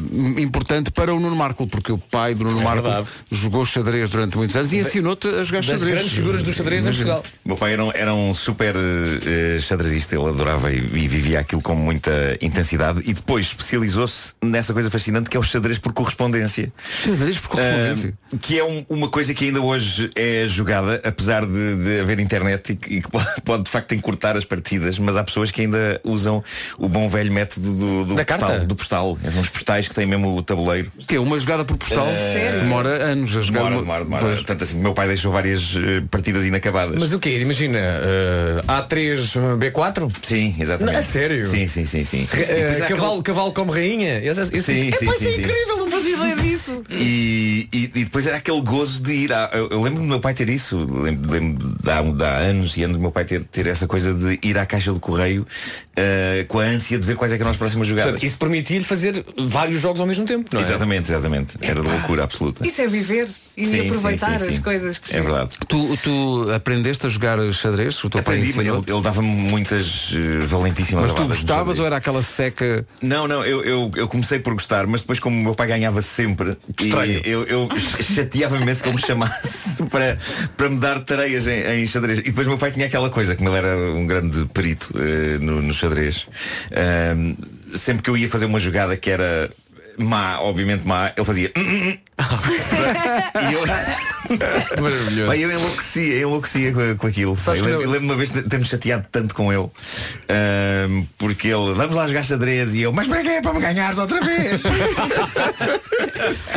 A: eh, importante para o Nuno Marco, porque o pai do Nuno Marco
E: verdade.
A: jogou xadrez durante muitos anos e ensinou-te a jogar
E: Das
A: xadrez.
E: grandes figuras do xadrez em
A: Imagina.
E: Portugal.
G: O meu pai era um, era um super eh, eh, xadrezista, ele adorava e, e vivia aquilo com muita intensidade e depois especializou-se nessa coisa fascinante que é o xadrez por correspondência.
A: Xadrez por correspondência.
G: Ah, que é um- uma coisa que ainda hoje é jogada, apesar de, de haver internet e, que- e que pode, (laughs) pode, de facto encurtar as partidas, mas há pessoas que ainda usam o bom velho método do, do
E: Da
G: postal.
E: carta?
G: Do postal. É, São os postais que têm mesmo o tabuleiro.
A: Que é uma jogada por postal,
C: Sério?
A: demora anos a jogar. uma-
G: Demora, demora,
A: Pois.
G: demora. Tanto assim, que meu pai deixou várias eh, partidas inacabadas.
E: Mas o quê? Imagina, eh, A3, eh, B4?
G: Sim, exatamente.
E: Não, a sério?
G: Sim, sim, sim, sim.
E: Eh,
G: E depois há aquele-
E: cavalo, cavalo como rainha? Esse- esse-
G: Sim,
E: Epá,
G: sim,
E: isso é
G: sim, sim.
E: incrível, não fazia ideia disso.
G: E, e- e depois era aquele gozo de ir à, eu, eu lembro do meu pai ter isso lembro, lembro de, há, um, de há anos e anos do meu pai ter, ter essa coisa de ir à caixa do correio eh, com a ânsia de ver quais é que eram as próximas jogadas
E: Portanto, isso permitia-lhe fazer vários jogos ao mesmo tempo, não é?
G: exatamente, exatamente era loucura absoluta
C: Isso é viver e
G: Sim, sim,
C: aproveitar
G: sim,
C: as
G: sim.
C: coisas. que
G: é verdade
A: Tu, tu aprendeste a jogar xadrez? O teu
G: Aprendi,
A: pai
G: mas ele,
A: ensinou
G: ele dava-me muitas eh, valentíssimas
A: Mas tu
G: lavadas de
A: gostavas
G: xadrez.
A: ou era aquela seca?
G: Não, não, eu, eu, eu comecei por gostar, mas depois como o meu pai ganhava sempre, e
E: Estranho.
G: eu, eu (laughs) chateava-me imenso que ele me chamasse (laughs) para, para me dar tareias em, em xadrez. E depois o meu pai tinha aquela coisa, como ele era um grande perito eh, no, no xadrez, ahm, sempre que eu ia fazer uma jogada que era má, obviamente má, ele fazia. "Hum, e eu,
E: Maravilhoso.
G: Pá, eu enlouquecia, eu enlouquecia com, com aquilo.
E: Sabes
G: eu
E: que
G: lembro-
E: eu-
G: eu lembro-me uma vez de termos chateado tanto com ele. ahm, porque ele, vamos lá jogar xadrez e eu, mas para quê? Para me ganhares outra
E: (laughs)
G: vez?
C: sim.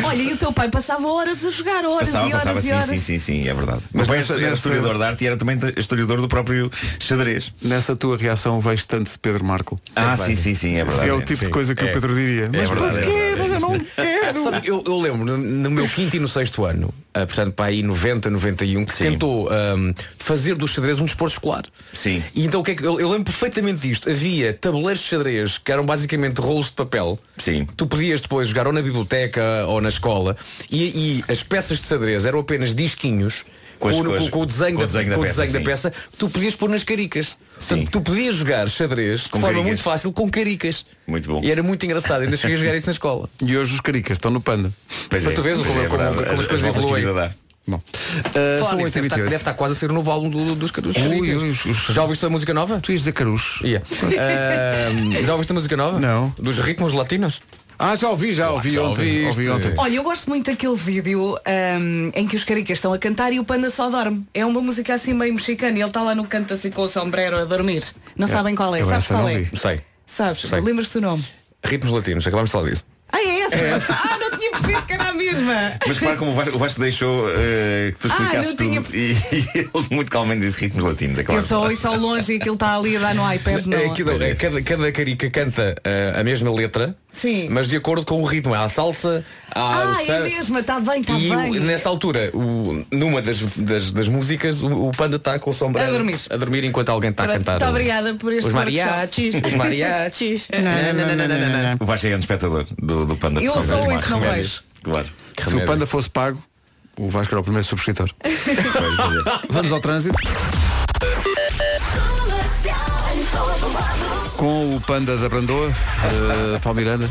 C: Olha, e o teu pai passava horas a jogar, horas
G: passava,
C: e horas
G: passava,
C: e
G: sim,
C: horas.
G: sim, sim, sim, é verdade.
A: Mas
G: Mas,
A: nessa-
G: era
A: nessa-
G: historiador de arte e era também historiador do próprio xadrez.
A: Nessa tua reação vejo tanto de Pedro Marco.
G: Ah, sim, sim, sim, é verdade.
A: é o tipo de coisa que o Pedro diria. mas
G: verdade,
A: porquê?
G: é verdade.
A: mas eu não quero.
E: Sabes, eu, eu lembro no, no meu quinto e no sexto ano, ah, portanto para aí 90, 91, que se
G: Sim.
E: tentou ahm, fazer do xadrez um desporto escolar.
G: Sim.
E: E então o que é que eu, eu lembro perfeitamente disto. Havia tabuleiros de xadrez que eram basicamente rolos de papel.
G: Sim.
E: Tu podias depois jogar ou na biblioteca ou na escola e, e as peças de xadrez eram apenas disquinhos.
G: Com as-
E: o-
G: com as-
E: o desenho,
G: com
E: da,
G: o desenho da
E: com o
G: peça,
E: desenho da
G: sim.
E: peça, tu podias pôr nas caricas.
G: Sim.
E: Portanto, tu podias jogar xadrez
G: Com
E: de forma
G: caricas.
E: muito fácil com caricas.
G: Muito bom.
E: E era muito engraçado. Eu ainda cheguei a jogar isso na (laughs) escola.
A: E hoje os caricas estão no panda.
G: Pois
E: Para
G: é,
E: tu veres
G: pois
E: como-
G: é
E: como-
G: verdade.
E: como as coisas
G: voltas que a vida
E: evoluem.
G: dá.
A: Bom. Uh,
E: Falar
A: são
E: nisso, deve, estar,
A: 8h28.
E: deve estar quase a ser o novo álbum do- dos Carus.
A: Ui,
E: Caricas.
A: ui, os- os-
E: Já ouviste a música (laughs) nova?
A: Tu ias dizer carucho.
E: Ia. Ahm, já ouviste a música nova?
A: Não.
E: Dos ritmos latinos? Ah, já ouvi, já ouvi,
A: já ouvi,
E: ontem.
A: ouvi ontem.
C: Olha, eu gosto muito daquele vídeo ahm, em que os caricas estão a cantar e o panda só dorme. É uma música assim meio mexicana e ele está lá no canto assim com o sombrero a dormir. Não sabem qual é,
A: eu
C: sabes
A: essa
C: qual
A: não
C: é?
A: vi.
E: Sei.
C: Sabes,
E: Sei.
C: lembras-te do nome?
E: Ritmos latinos, acabámos de falar disso.
C: Ah, é essa? Ah, não tinha percebido que era a mesma.
G: Mas claro como o Vasco, o Vasco deixou eh, que tu
C: Ah,
G: explicasse
C: não tinha-
G: tudo e, (laughs) e ele muito calmamente disse ritmos latinos, é claro.
C: Eu só ouço ao longe e aquilo está ali a dar no iPad, não.
E: É aquilo, é, cada, cada carica canta eh, a mesma letra,
C: Sim.
E: mas de acordo com o ritmo. Há a salsa, há o
C: Ah, é a
E: sa-
C: mesma, está bem, está
E: E o-
C: bem.
E: nessa altura, o- numa das, das, das músicas, o, o panda está com o sombreiro
C: A dormir.
E: enquanto alguém está a
C: Pronto,
E: cantar.
C: muito
E: o-
C: obrigada por este
E: tá
C: (laughs)
E: Os mariachis, os mariachis.
G: O Vasco é grande espectador do, do Panda. é
C: Eu
G: por causa
C: sou
G: dos
C: esse,
G: maus
C: não
G: remédios. Claro.
A: Se o Panda fosse pago, o Vasco era o primeiro
E: (laughs)
A: subscritor. Vamos ao trânsito. Com o Panda da Brandoa, eh, Paulo Miranda.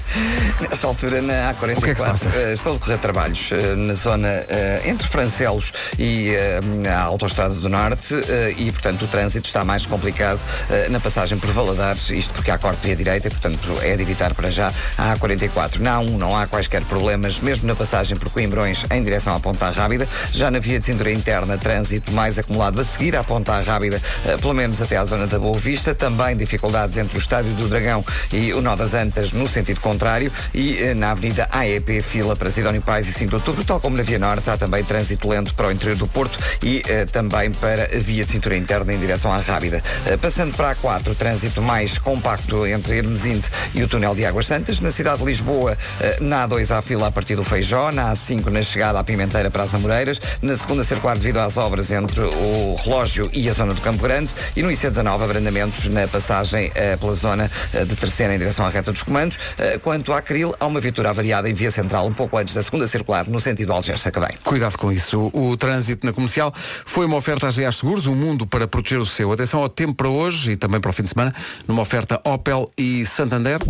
B: Nesta altura, na A44,
A: O que é que se passa?
B: eh, estão a decorrer trabalhos eh, na zona eh, entre Francelos e eh, a Autostrada do Norte eh, e, portanto, o trânsito está mais complicado eh, na passagem por Valadares, isto porque há corte via direita e, portanto, é de evitar para já a A44. Na A1 não há quaisquer problemas, mesmo na passagem por Coimbrões em direção à Ponta Rábida. Já na via de cintura interna, trânsito mais acumulado a seguir à Ponta Rábida, eh, pelo menos até à zona da Boa Vista. Também dificuldades entre o Estádio do Dragão e o Nó das Antas no sentido contrário e eh, na Avenida AEP, fila para Sidónio Pais e 5 de Outubro, tal como na Via Norte, há também trânsito lento para o interior do Porto e eh, também para a Via de Cintura Interna em direção à Rábida. Eh, passando para a 4, trânsito mais compacto entre Hermesinde e o túnel de Águas Santas. Na cidade de Lisboa, eh, na A2 há fila a partir do Feijó, na A5 na chegada à Pimenteira para as Amoreiras, na segunda circular devido às obras entre o relógio e a zona do Campo Grande e no IC19 abrandamentos na passagem eh, pela zona eh, de terceira em direção à reta dos comandos. Eh, quanto à Acril, há uma viatura avariada em via central um pouco antes da segunda circular no sentido Algés Acabei.
A: Cuidado com isso. O, o trânsito na comercial foi uma oferta à GA Seguros, um mundo para proteger o seu. Atenção ao tempo para hoje e também para o fim de semana, numa oferta Opel e Santander.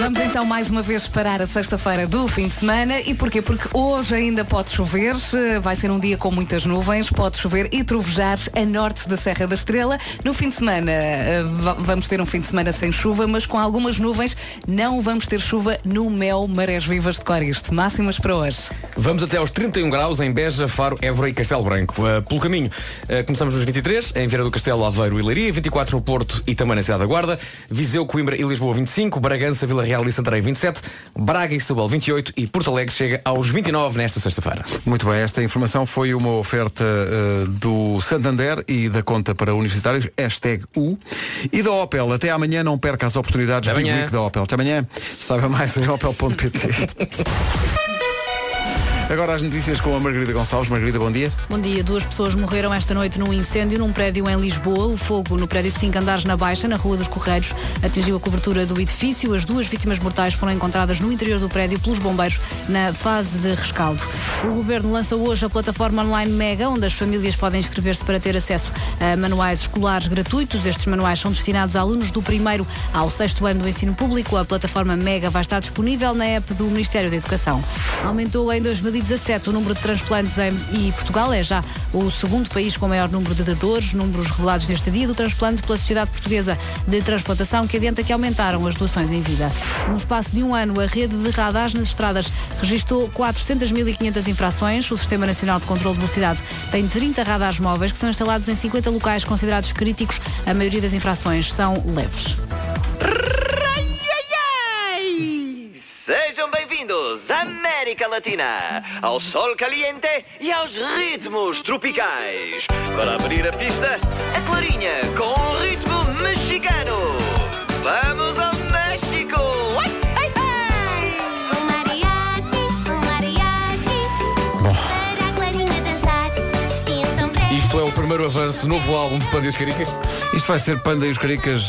C: Vamos então mais uma vez parar a sexta-feira do fim de semana e porquê? Porque hoje ainda pode chover, eh, vai ser um dia com muitas nuvens, pode chover e trovejar a norte da Serra da Estrela. No fim de semana eh, va- vamos ter um fim de semana sem chuva, mas com algumas nuvens não vamos ter chuva no Mel Marés Vivas de Coriste. Máximas para hoje.
E: Vamos até aos 31 graus em Beja, Faro, Évora e Castelo Branco. Uh, pelo caminho, uh, começamos nos 23, em Vieira do Castelo, Aveiro e Leiria, 24 no Porto e também na Cidade da Guarda, Viseu, Coimbra e Lisboa 25, Bragança, Vila Real e Santarém 27, Braga e Setúbal 28 e Porto Alegre chega aos 29 nesta sexta-feira.
A: Muito bem, esta informação foi uma oferta eh, do Santander e da conta para universitários, hashtag U. E da Opel, até amanhã não perca as oportunidades
E: Até
A: Big
E: amanhã.
A: Week da Opel. Até amanhã, saiba mais em
E: (laughs)
A: opel.pt. Agora as notícias com a Margarida Gonçalves. Margarida, bom dia.
H: Bom dia. Duas pessoas morreram esta noite num incêndio num prédio em Lisboa. O fogo no prédio de cinco andares na Baixa, na Rua dos Correios, atingiu a cobertura do edifício. As duas vítimas mortais foram encontradas no interior do prédio pelos bombeiros na fase de rescaldo. O governo lança hoje a plataforma online Mega, onde as famílias podem inscrever-se para ter acesso a manuais escolares gratuitos. Estes manuais são destinados a alunos do primeiro ao sexto ano do ensino público. A plataforma Mega vai estar disponível na app do Ministério da Educação. Aumentou em 2017 o número de transplantes em e Portugal é já o segundo país com maior número de dadores, números revelados neste dia do transplante pela Sociedade Portuguesa de Transplantação, que adianta que aumentaram as doações em vida. Num espaço de um ano, a rede de radares nas estradas registrou 400.500 infrações. O Sistema Nacional de Controlo de Velocidade tem 30 radares móveis que são instalados em 50 locais considerados críticos. A maioria das infrações são leves.
I: Sejam bem-vindos à América Latina, ao sol caliente e aos ritmos tropicais. Para abrir a pista, a Clarinha com um ritmo mexicano. Vamos ao México! Ai, ai, ai!
F: Um mariachi, um mariachi. Para a clarinha dançar. E um sombrero.
E: Isto é o primeiro avanço do novo álbum de Panda e os Caricas?
A: Isto vai ser Panda e os Caricas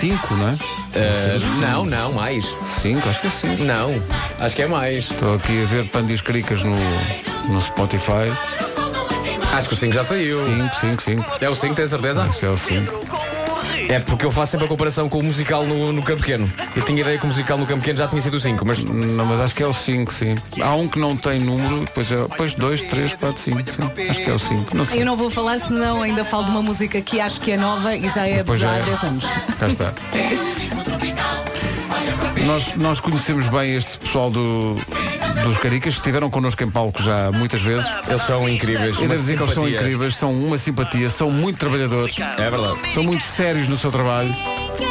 A: 5, não é?
E: Uh, Eh, não, não, mais.
A: 5, acho que é 5.
E: Não, acho que é mais.
A: Estou aqui a ver Panda e os Caricas no, no Spotify.
E: Acho que o 5 já saiu.
A: 5, 5, 5.
E: É o 5, tens certeza?
A: Acho que é o 5.
E: É porque eu faço sempre a comparação com o musical no, no Campo Pequeno. Eu tinha ideia que o musical no Campo Pequeno já tinha sido o 5, mas
A: Não, mas acho que é o 5, sim. Há um que não tem número, depois é. Depois 2, 3, 4, 5, sim. Acho que é o 5. Não sei.
C: Eu não vou falar, senão ainda falo de uma música que acho que é nova e já é de
A: Depois
C: já
A: já
C: há
A: é.
C: 10 anos.
A: Cá está. Nós, nós conhecemos bem este pessoal do, dos Caricas, que estiveram connosco em palco já muitas vezes.
E: Eles são incríveis.
A: E
E: uma
A: devo dizer que eles são
E: simpatia.
A: incríveis, são uma simpatia, são muito trabalhadores,
E: É verdade.
A: são muito sérios no seu trabalho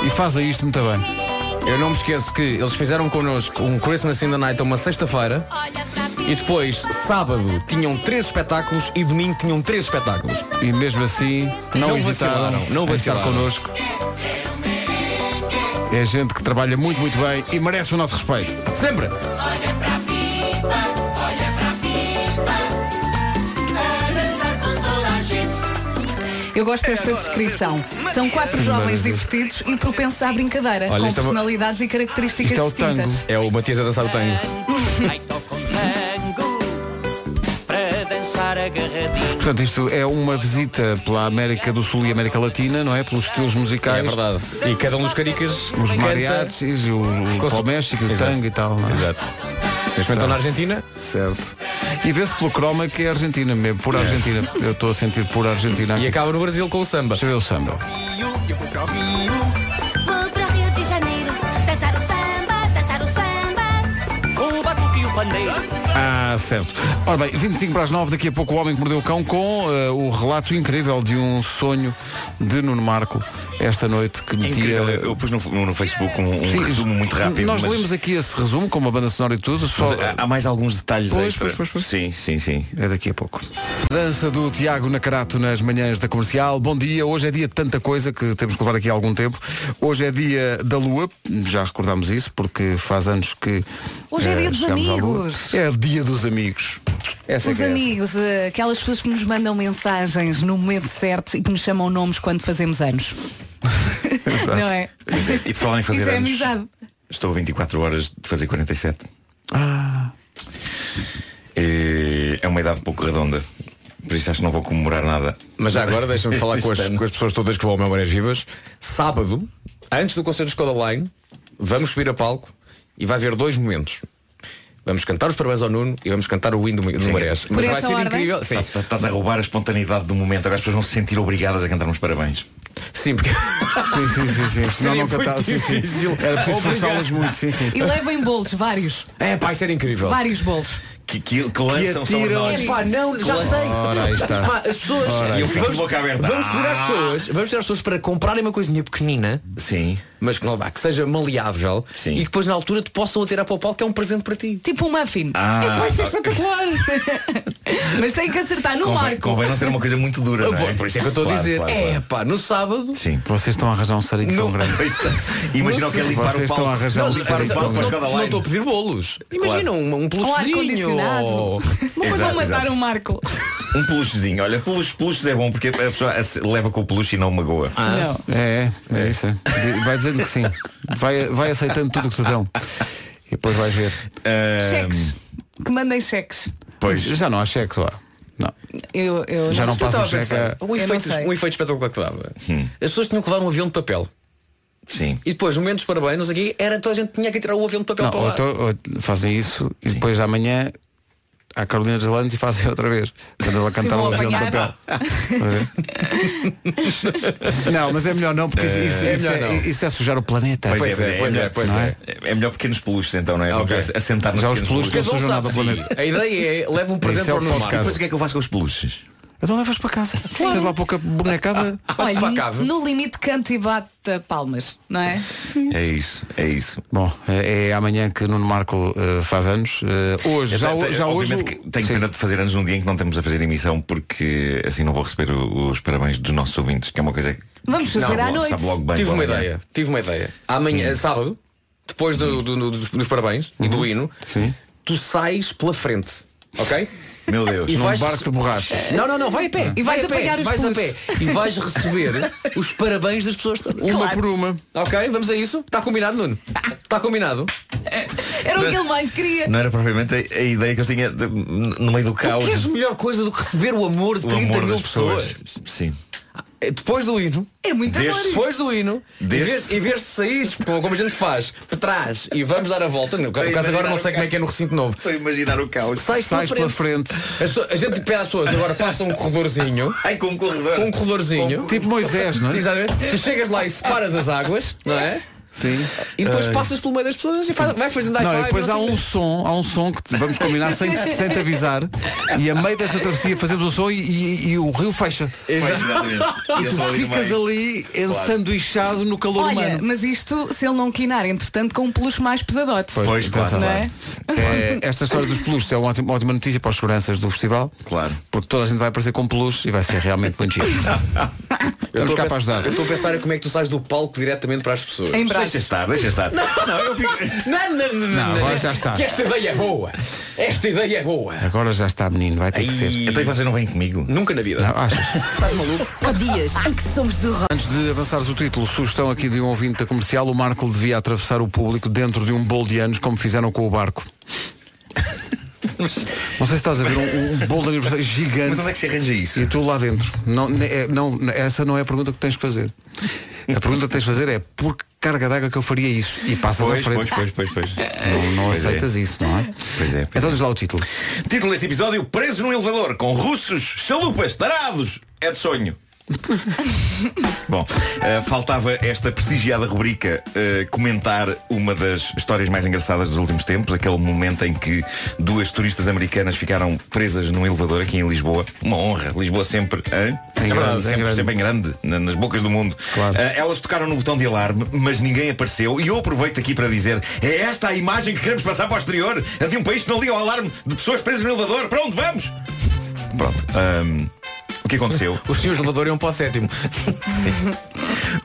A: e fazem isto muito bem.
E: Eu não me esqueço que eles fizeram connosco um Christmas in the Night a uma sexta-feira e depois, sábado, tinham três espetáculos e domingo tinham três espetáculos.
A: E mesmo assim, não,
E: Não
A: hesitaram
E: vacilaram, não
A: em estar
E: vacilaram.
A: connosco. É gente que trabalha muito, muito bem e merece o nosso respeito.
E: Sempre!
C: Eu gosto desta descrição. São quatro jovens divertidos e propensos à brincadeira,
E: Olha,
C: com
E: isto é uma-
C: personalidades e características
A: Isto é o
C: distintas.
E: É o Matias a dançar o tango.
A: Portanto, isto é uma visita pela América do Sul e América Latina, não é? Pelos estilos musicais.
E: É verdade. E cada um dos caricas
A: Os
E: canta-
A: mariachis, e o, o
E: Com-
A: pau México, o
E: Exato.
A: tango e tal. não é?
E: Exato. Neste momento estão na Argentina.
A: Certo. E vê-se pelo croma que é Argentina mesmo, por Argentina. Eu estou a sentir por Argentina.
E: E
A: aqui.
E: acaba no Brasil com o samba.
A: Deixa eu ver o samba.
F: Vou para o Rio de Janeiro dançar o samba, dançar o samba.
A: Ah, certo. Ora bem, 25 para as 9, daqui a pouco o Homem que Mordeu o Cão com eh, o relato incrível de um sonho de Nuno Marco esta noite que
G: É
A: metia...
G: incrível. Eu eu pus no, no- no Facebook um, um
A: Sim,
G: resumo muito rápido.
A: Nós
G: mas-
A: lemos aqui esse resumo com uma banda sonora e tudo, só...
G: mas eh, há, há mais alguns detalhes
A: Pois,
G: extra.
A: pois, pois, pois.
G: Sim, sim, sim.
A: É daqui a pouco. Dança do Tiago Nacarato nas manhãs da comercial. Bom dia, hoje é dia de tanta coisa que temos que levar aqui há algum tempo. Hoje é dia da Lua, já recordámos isso, porque faz anos que.
C: Hoje é
A: eh,
C: dia dos
A: chegámos à Lua.
C: amigos.
A: É dia dos amigos. Essa é
C: Os
A: que é essa.
C: amigos, eh, aquelas pessoas que nos mandam mensagens no momento certo e que nos chamam nomes quando fazemos anos. Não é?
G: Pois é, E por falar em fazer
C: Isso é
G: anos.
C: amizade.
G: Estou a 24 horas de fazer 47. É, é uma idade pouco redonda. Por isso acho que não vou comemorar nada.
E: Mas já agora (laughs) deixa-me falar
G: Este
E: com as,
G: ano.
E: com as pessoas todas que vão ao Memórias Vivas. Sábado, antes do concerto de Escola Line, vamos subir a palco e vai haver dois momentos. Vamos cantar os parabéns ao Nuno e vamos cantar o Win do, do
G: Sim.
E: Marés.
C: Por
E: Mas vai
C: essa
E: ser
C: ordem?
E: incrível. Sim,
G: Estás- Estás a roubar a espontaneidade do momento. Agora as pessoas vão se sentir obrigadas a cantar uns parabéns.
E: sim porque.
A: Sim, sim,
E: (laughs)
A: sim, sim. Senão
E: Seria
A: não cantava.
E: muito
A: Sim, sim.
E: difícil.
A: Era preciso
E: Obrigado.
A: forçá-las muito, sim, sim.
C: E levem bolos, vários.
E: É, pá, isso era incrível.
C: Vários bolos.
G: Que, que, que lançam só
A: atiram-
G: nós.
E: Pá, não, já sei.
A: Ora, aí está.
E: Pá, as pessoas.
G: aí
E: E eu
G: está.
E: vamos,
G: Com a boca aberta.
E: vamos pedir às pessoas, vamos pedir às pessoas para comprarem uma coisinha pequenina,
G: Sim.
E: mas que, não, vá, que seja maleável
G: Sim.
E: e que depois na altura te possam atirar para o palco, que é um presente para ti.
C: Tipo um muffin.
G: Ah,
C: Vai ser espetacular. (laughs) Mas tem que acertar no
G: convém,
C: arco.
G: convém não ser uma coisa muito dura. Não é?
E: Por isso é que eu estou
G: Claro,
E: a dizer.
G: claro,
E: é,
G: claro.
E: pá, no sábado.
G: Sim.
A: Vocês estão a arranjar um sarinho tão
E: Não.
A: grande.
G: Pois está. Imagina o que é limpar
A: Vocês
G: o
A: estão a
G: palco.
A: arranjar
G: Não,
A: um
G: limpar o
A: sarinho
G: palco
A: tão
G: para
A: grande.
G: escada
E: Não estou a
G: line.
E: pedir bolos. Imagina um, um
C: Um
E: peluchezinho. Um
C: ar-condicionado.
E: ou-
C: Mas vão
G: Exato,
C: matar
G: exato.
C: o Marco.
G: Um peluchezinho. Olha, peluche, peluches é bom porque a pessoa se- leva com o peluche e não magoa.
E: Ah.
C: Não.
A: É, é, é isso. é. Vai dizendo que sim. Vai, vai aceitando tudo o que te dão. E depois vais ver.
G: Ah,
C: Cheques. Que mandem cheques.
G: pois.
A: Já não há cheques lá. Não.
C: Eu, eu
A: Já não
C: sei.
A: passa
E: Estava
A: o
E: a
A: cheque.
E: pensar,
A: a-
E: um,
C: Eu
E: efeito,
C: não sei.
E: um efeito espetacular que dava. As pessoas tinham que levar um avião de papel.
G: Sim.
E: E depois, no momento dos parabéns, não sei o quê, era toda a gente tinha que tirar o avião de papel
A: Não,
E: para
A: ou
E: lá.
A: então, ou fazem isso e depois da manhã à Carolina dos Landes e fazem outra vez. Quando ela cantar
C: vão
A: o avião de papel.
C: apanhar.
A: não, (laughs) mas é melhor não, porque isso, isso-
E: É
A: isso
E: melhor
A: é,
E: não.
A: isso é sujar o planeta.
G: Pois, é,
E: é, pois é,
G: melhor-
E: pois
G: não
E: é.
G: É melhor pequenos peluches então, não é?
E: Ah, ok.
G: Porque Assentar nos
A: Já os
G: pequenos
A: peluches não sujam nada o
E: Sim,
A: planeta.
E: um a ideia é leva um presente
A: Esse é o
E: para o Nuno
A: podcast.
E: Marco.
G: Depois o que é que eu faço com os peluches?
A: Então levas para casa. Tens lá pouca bonecada.
E: Bate para a
C: Olha,
E: cave.
C: no limite canta e bate palmas, não é?
G: É isso, é isso.
A: (laughs) Bom, é é amanhã que Nuno Marco eh, faz anos. Eh, hoje, já,
G: Eu te-
A: ho-
G: te-
A: já hoje.
G: obviamente
A: o-
G: que tenho
A: Sim.
G: pena de fazer anos num dia em que não estamos a fazer emissão porque assim não vou receber o- os parabéns dos nossos ouvintes, que é uma coisa que
C: Vamos
G: que
C: fazer
G: sabe
C: à
G: logo-
C: noite.
G: sabe logo bem é
E: Tive
G: pela
E: uma
G: manhã.
E: ideia, tive uma ideia. Amanhã, sábado, depois do- do- do- dos, dos parabéns e do hino,
A: Sim.
E: tu sais pela frente, ok?
A: (laughs)
G: Meu Deus.
E: E
A: Num
E: vais-
A: barco de borracha.
E: Não, não, não, vai a pé.
C: E vais
E: vai a pé,
C: apanhar os
E: vais a
C: pulos.
E: pé. E vais receber os parabéns das pessoas todas.
A: Uma por uma.
E: Ok, vamos a isso. Está combinado, Nuno? Está combinado?
C: Era o que ele mais queria.
G: Não era propriamente a, a ideia que eu tinha de- no meio do
E: O
G: caos.
E: que é a melhor coisa do que receber o amor de
G: o
E: 30
G: amor
E: mil
G: das pessoas.
E: pessoas?
G: Sim.
E: É, Depois do hino,
C: É muito
G: Desde-
C: amor.
E: depois do hino, em
G: Deste-
E: vez, em vez de sair, como a gente faz, para trás e vamos dar a volta, no
G: Estou a
E: caso agora
G: imaginar
E: não
G: o
E: sei como é que é no recinto novo.
G: Estou a imaginar o caos.
E: Sais,
A: Sais pela frente.
E: As pessoas- a gente pede às pessoas agora façam um corredorzinho.
G: Ai, (laughs) com um corredor.
E: Um corredorzinho.
A: Tipo Moisés, não é?
E: Tu chegas lá e separas as águas, não é?
A: Sim.
E: E depois
A: Ai.
E: passas pelo meio das pessoas e faz- vai
C: Tá
E: fazendo
A: Não,
E: high
A: e
E: five.
A: depois
E: não
A: há
E: sei
A: (laughs)
E: o
A: um
E: quê.
A: som, há um som que te- vamos combinar sem, te- sem te avisar e a meio dessa travessia fazemos o som e, e- e o rio fecha.
C: Tá.
G: Pois, exatamente.
A: E
G: Eu
A: tu
G: estou ali no
A: ficas
G: meio.
A: ali
G: Então, Claro.
A: ensanduichado no calor
C: Olha,
A: humano.
C: mas isto se ele não quinar, entretanto, com um peluche mais pesadote.
G: Pois, tá claro.
A: atenção.
C: Não é?
A: É, esta história dos peluches é uma ótima, uma ótima notícia para os seguranças do festival.
G: Claro.
A: Porque toda a gente vai aparecer com peluche e vai ser realmente muito giro.
E: Eu
A: Estamos
E: estou
A: cá para
E: a pensar-
A: ajudar.
E: eu estou a pensar em como é que tu sais do palco diretamente para as pessoas.
C: Em
G: Deixa
C: braços.
G: estar, deixa estar. Não, eu fico.
E: Não, não, não,
A: Não, agora já está.
E: Que esta ideia é boa. Esta ideia é boa.
A: Agora já está, menino, vai ter que ser.
G: Então e vocês não vêm comigo?
E: Nunca na vida.
A: Não, achas?
J: Há dias em que somos do rock.
A: Antes de avançares o título, sugestão aqui de um ouvinte da comercial, o Marco devia atravessar o público dentro de um bolo de anos, como fizeram com o barco. Não sei se estás a ver um, um bolo de aniversário
G: Mas
A: gigante
G: onde é que se arranja isso?
A: e tu lá dentro. Não, ne- é- não, essa não é a pergunta que tens que fazer. A pergunta que tens de fazer é por que carga d'água que eu faria isso? E passas à
G: Pois, pois,
A: frente.
G: pois, pois, pois.
A: (laughs) Não, não
G: Pois é.
A: aceitas isso, não é?
G: Pois é, pois
A: então
G: é.
A: diz lá o título.
G: Título deste episódio, preso num elevador com russos, chalupas, tarados, é de sonho. Bom, eh, faltava esta prestigiada rubrica eh, comentar uma das histórias mais engraçadas dos últimos tempos, aquele momento em que duas turistas americanas ficaram presas num elevador aqui em Lisboa. Uma honra, Lisboa sempre, hã?
A: Em grande, É em
G: sempre,
A: grande.
G: sempre em grande, na- nas bocas do mundo.
A: Claro.
G: Eh, elas tocaram no botão de alarme, mas ninguém apareceu. E eu aproveito aqui para dizer: é esta a imagem que queremos passar para o exterior? A de um país que não liga ao alarme de pessoas presas no elevador? Para onde vamos? Pronto. ahm, o que aconteceu?
E: Os senhores elevador iam para o sétimo.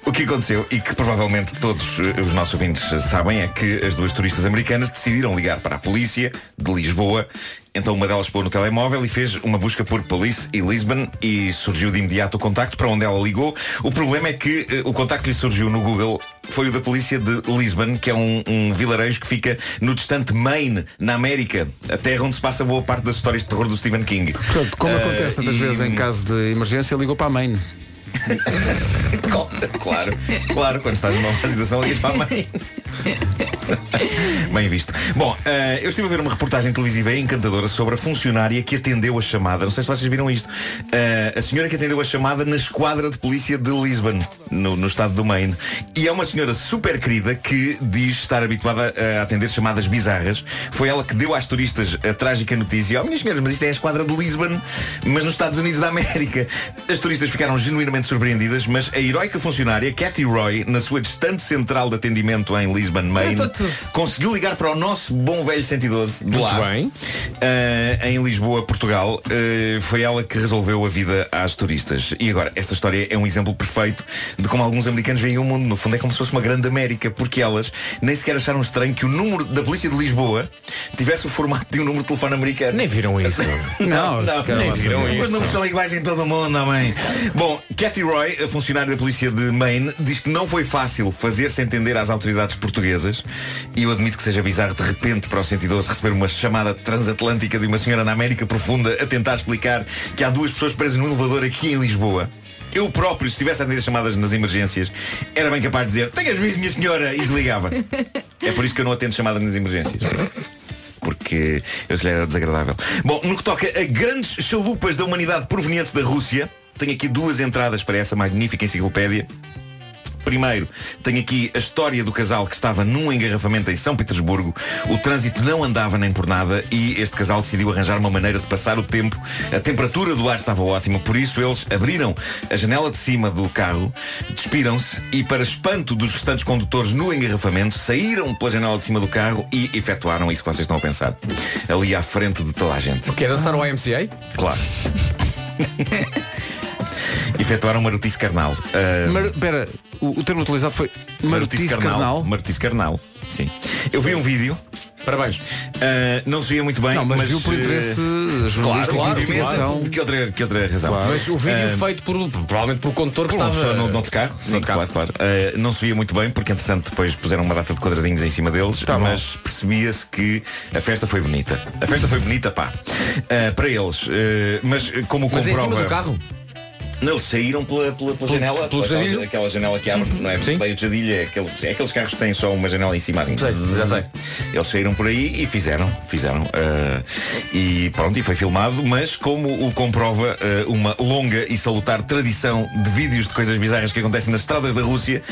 G: O que aconteceu e que provavelmente todos eh, os nossos ouvintes eh, sabem é que as duas turistas americanas decidiram ligar para a polícia de Lisboa. Então uma delas pôs no telemóvel e fez uma busca por Police e Lisbon e surgiu de imediato o contacto para onde ela ligou. O problema é que eh, o contacto lhe surgiu no Google foi o da polícia de Lisbon, que é um, um vilarejo que fica no distante Maine, na América, a terra onde se passa boa parte das histórias de terror do Stephen King.
A: Portanto, como
G: Eh,
A: acontece tantas
G: e-
A: vezes em caso de emergência, ligou para a mãe.
G: Claro, claro, quando estás numa má situação ligas para a mãe. (laughs) Bem visto. Bom, eh, eu estive a ver uma reportagem televisiva encantadora sobre a funcionária que atendeu a chamada. Não sei se vocês viram isto. Eh, a senhora que atendeu a chamada na esquadra de polícia de Lisbon, no, no estado do Maine. E é uma senhora super querida que diz estar habituada a atender chamadas bizarras. Foi ela que deu às turistas a trágica notícia. Oh, minhas senhoras, mas isto é a esquadra de Lisbon, mas nos Estados Unidos da América. As turistas ficaram genuinamente surpreendidas, mas a heroica funcionária, Cathy Roy, na sua distante central de atendimento em Lisbon, Maine,
C: Tratou tudo.
G: conseguiu ligar para o nosso bom velho 112 de
E: Muito
G: lá,
E: bem.
G: eh, em Lisboa, Portugal. Eh, foi ela que resolveu a vida às turistas. E agora, esta história é um exemplo perfeito de como alguns americanos veem o mundo. No fundo, é como se fosse uma grande América, porque elas nem sequer acharam estranho que o número da polícia de Lisboa tivesse o formato de um número de telefone americano.
E: Nem viram isso.
A: Não,
E: nem viram
G: Os
E: isso.
G: números são iguais em todo o mundo, amém. Bom, Cathy Roy, a funcionária da polícia de Maine, diz que não foi fácil fazer-se entender às autoridades portuguesas. E eu admito que seja bizarro de repente para o 112 receber uma chamada transatlântica de uma senhora na América Profunda a tentar explicar que há duas pessoas presas num elevador aqui em Lisboa. Eu próprio, se estivesse a atender chamadas nas emergências, era bem capaz de dizer tenha juízo, minha senhora, e desligava. É por isso que eu não atendo chamadas nas emergências porque eu lhe era desagradável. Bom, no que toca a grandes chalupas da humanidade provenientes da Rússia, tenho aqui duas entradas para essa magnífica enciclopédia. Primeiro, tenho aqui a história do casal que estava num engarrafamento em São Petersburgo. O trânsito não andava nem por nada e este casal decidiu arranjar uma maneira de passar o tempo. A temperatura do ar estava ótima, por isso eles abriram a janela de cima do carro, despiram-se e, para espanto dos restantes condutores no engarrafamento, saíram pela janela de cima do carro e efetuaram isso que vocês estão a pensar. Ali à frente de toda a gente.
E: Quer é dançar o YMCA?
G: Claro. (laughs) efetuaram uma notícia carnal. Ah,
A: Espera, o, o termo utilizado foi marotice carnal.
G: Martice carnal. Sim. Eu vi um vídeo.
E: Parabéns.
G: ah, não se via muito bem.
A: Não, mas, viu por
G: eh,
A: interesse
G: Claro,
A: jornalístico
G: claro,
A: de investigação.
G: claro. Que outra, que outra razão.
E: Mas o vídeo feito por, provavelmente por condutor que
G: Ehm. Por uma
E: estava.
G: pessoa no, no outro carro, sim,
E: outro carro.
G: claro, claro. Eh, não se via muito bem, porque entretanto depois puseram uma data de quadradinhos em cima deles,
A: Tá
G: mas percebia-se que a festa foi bonita. A festa foi bonita, pá. Eh, para eles. eh, mas eh, como
E: Mas em
G: comprova.
E: cima do carro?
G: Não, eles saíram pela, pela, pela
E: Pelo-
G: janela,
E: pelo
G: pela aquela-
E: jadilho?
G: aquela janela que abre, não é
E: Uhum. Sim.
G: bem o jadilho, é aqueles, é aqueles carros que têm só uma janela em cima assim.
E: Sei, já sei.
G: Eles saíram por aí e fizeram, fizeram. ah, e pronto, e foi filmado, mas como o comprova ah, uma longa e salutar tradição de vídeos de coisas bizarras que acontecem nas estradas da Rússia,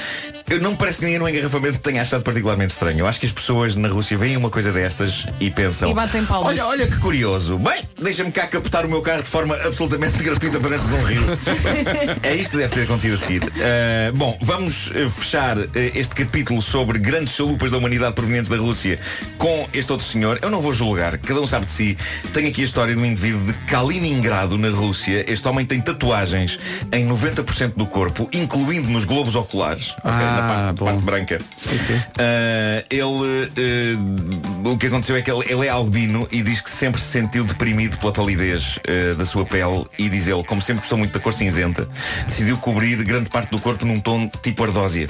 G: Eu não me parece que ninguém no engarrafamento tenha achado particularmente estranho. Eu acho que as pessoas na Rússia veem uma coisa destas e pensam.
C: E batem palmas.
G: Olha, olha que curioso. Bem, deixa-me cá captar o meu carro de forma absolutamente gratuita para dentro de um rio. é isto que deve ter acontecido a seguir. Uh, bom, vamos uh, fechar uh, este capítulo sobre grandes chalupas da humanidade provenientes da Rússia com este outro senhor. Eu não vou julgar, cada um sabe de si. Tenho aqui a história de um indivíduo de Kaliningrado, na Rússia. Este homem tem tatuagens em 90% do corpo, incluindo nos globos oculares. ok? na parte, parte branca. Ah, ele, eh, o que aconteceu é que ele, ele é albino e diz que sempre se sentiu deprimido pela palidez eh, da sua pele e diz ele, como sempre gostou muito da cor cinzenta, decidiu cobrir grande parte do corpo num tom tipo ardósia.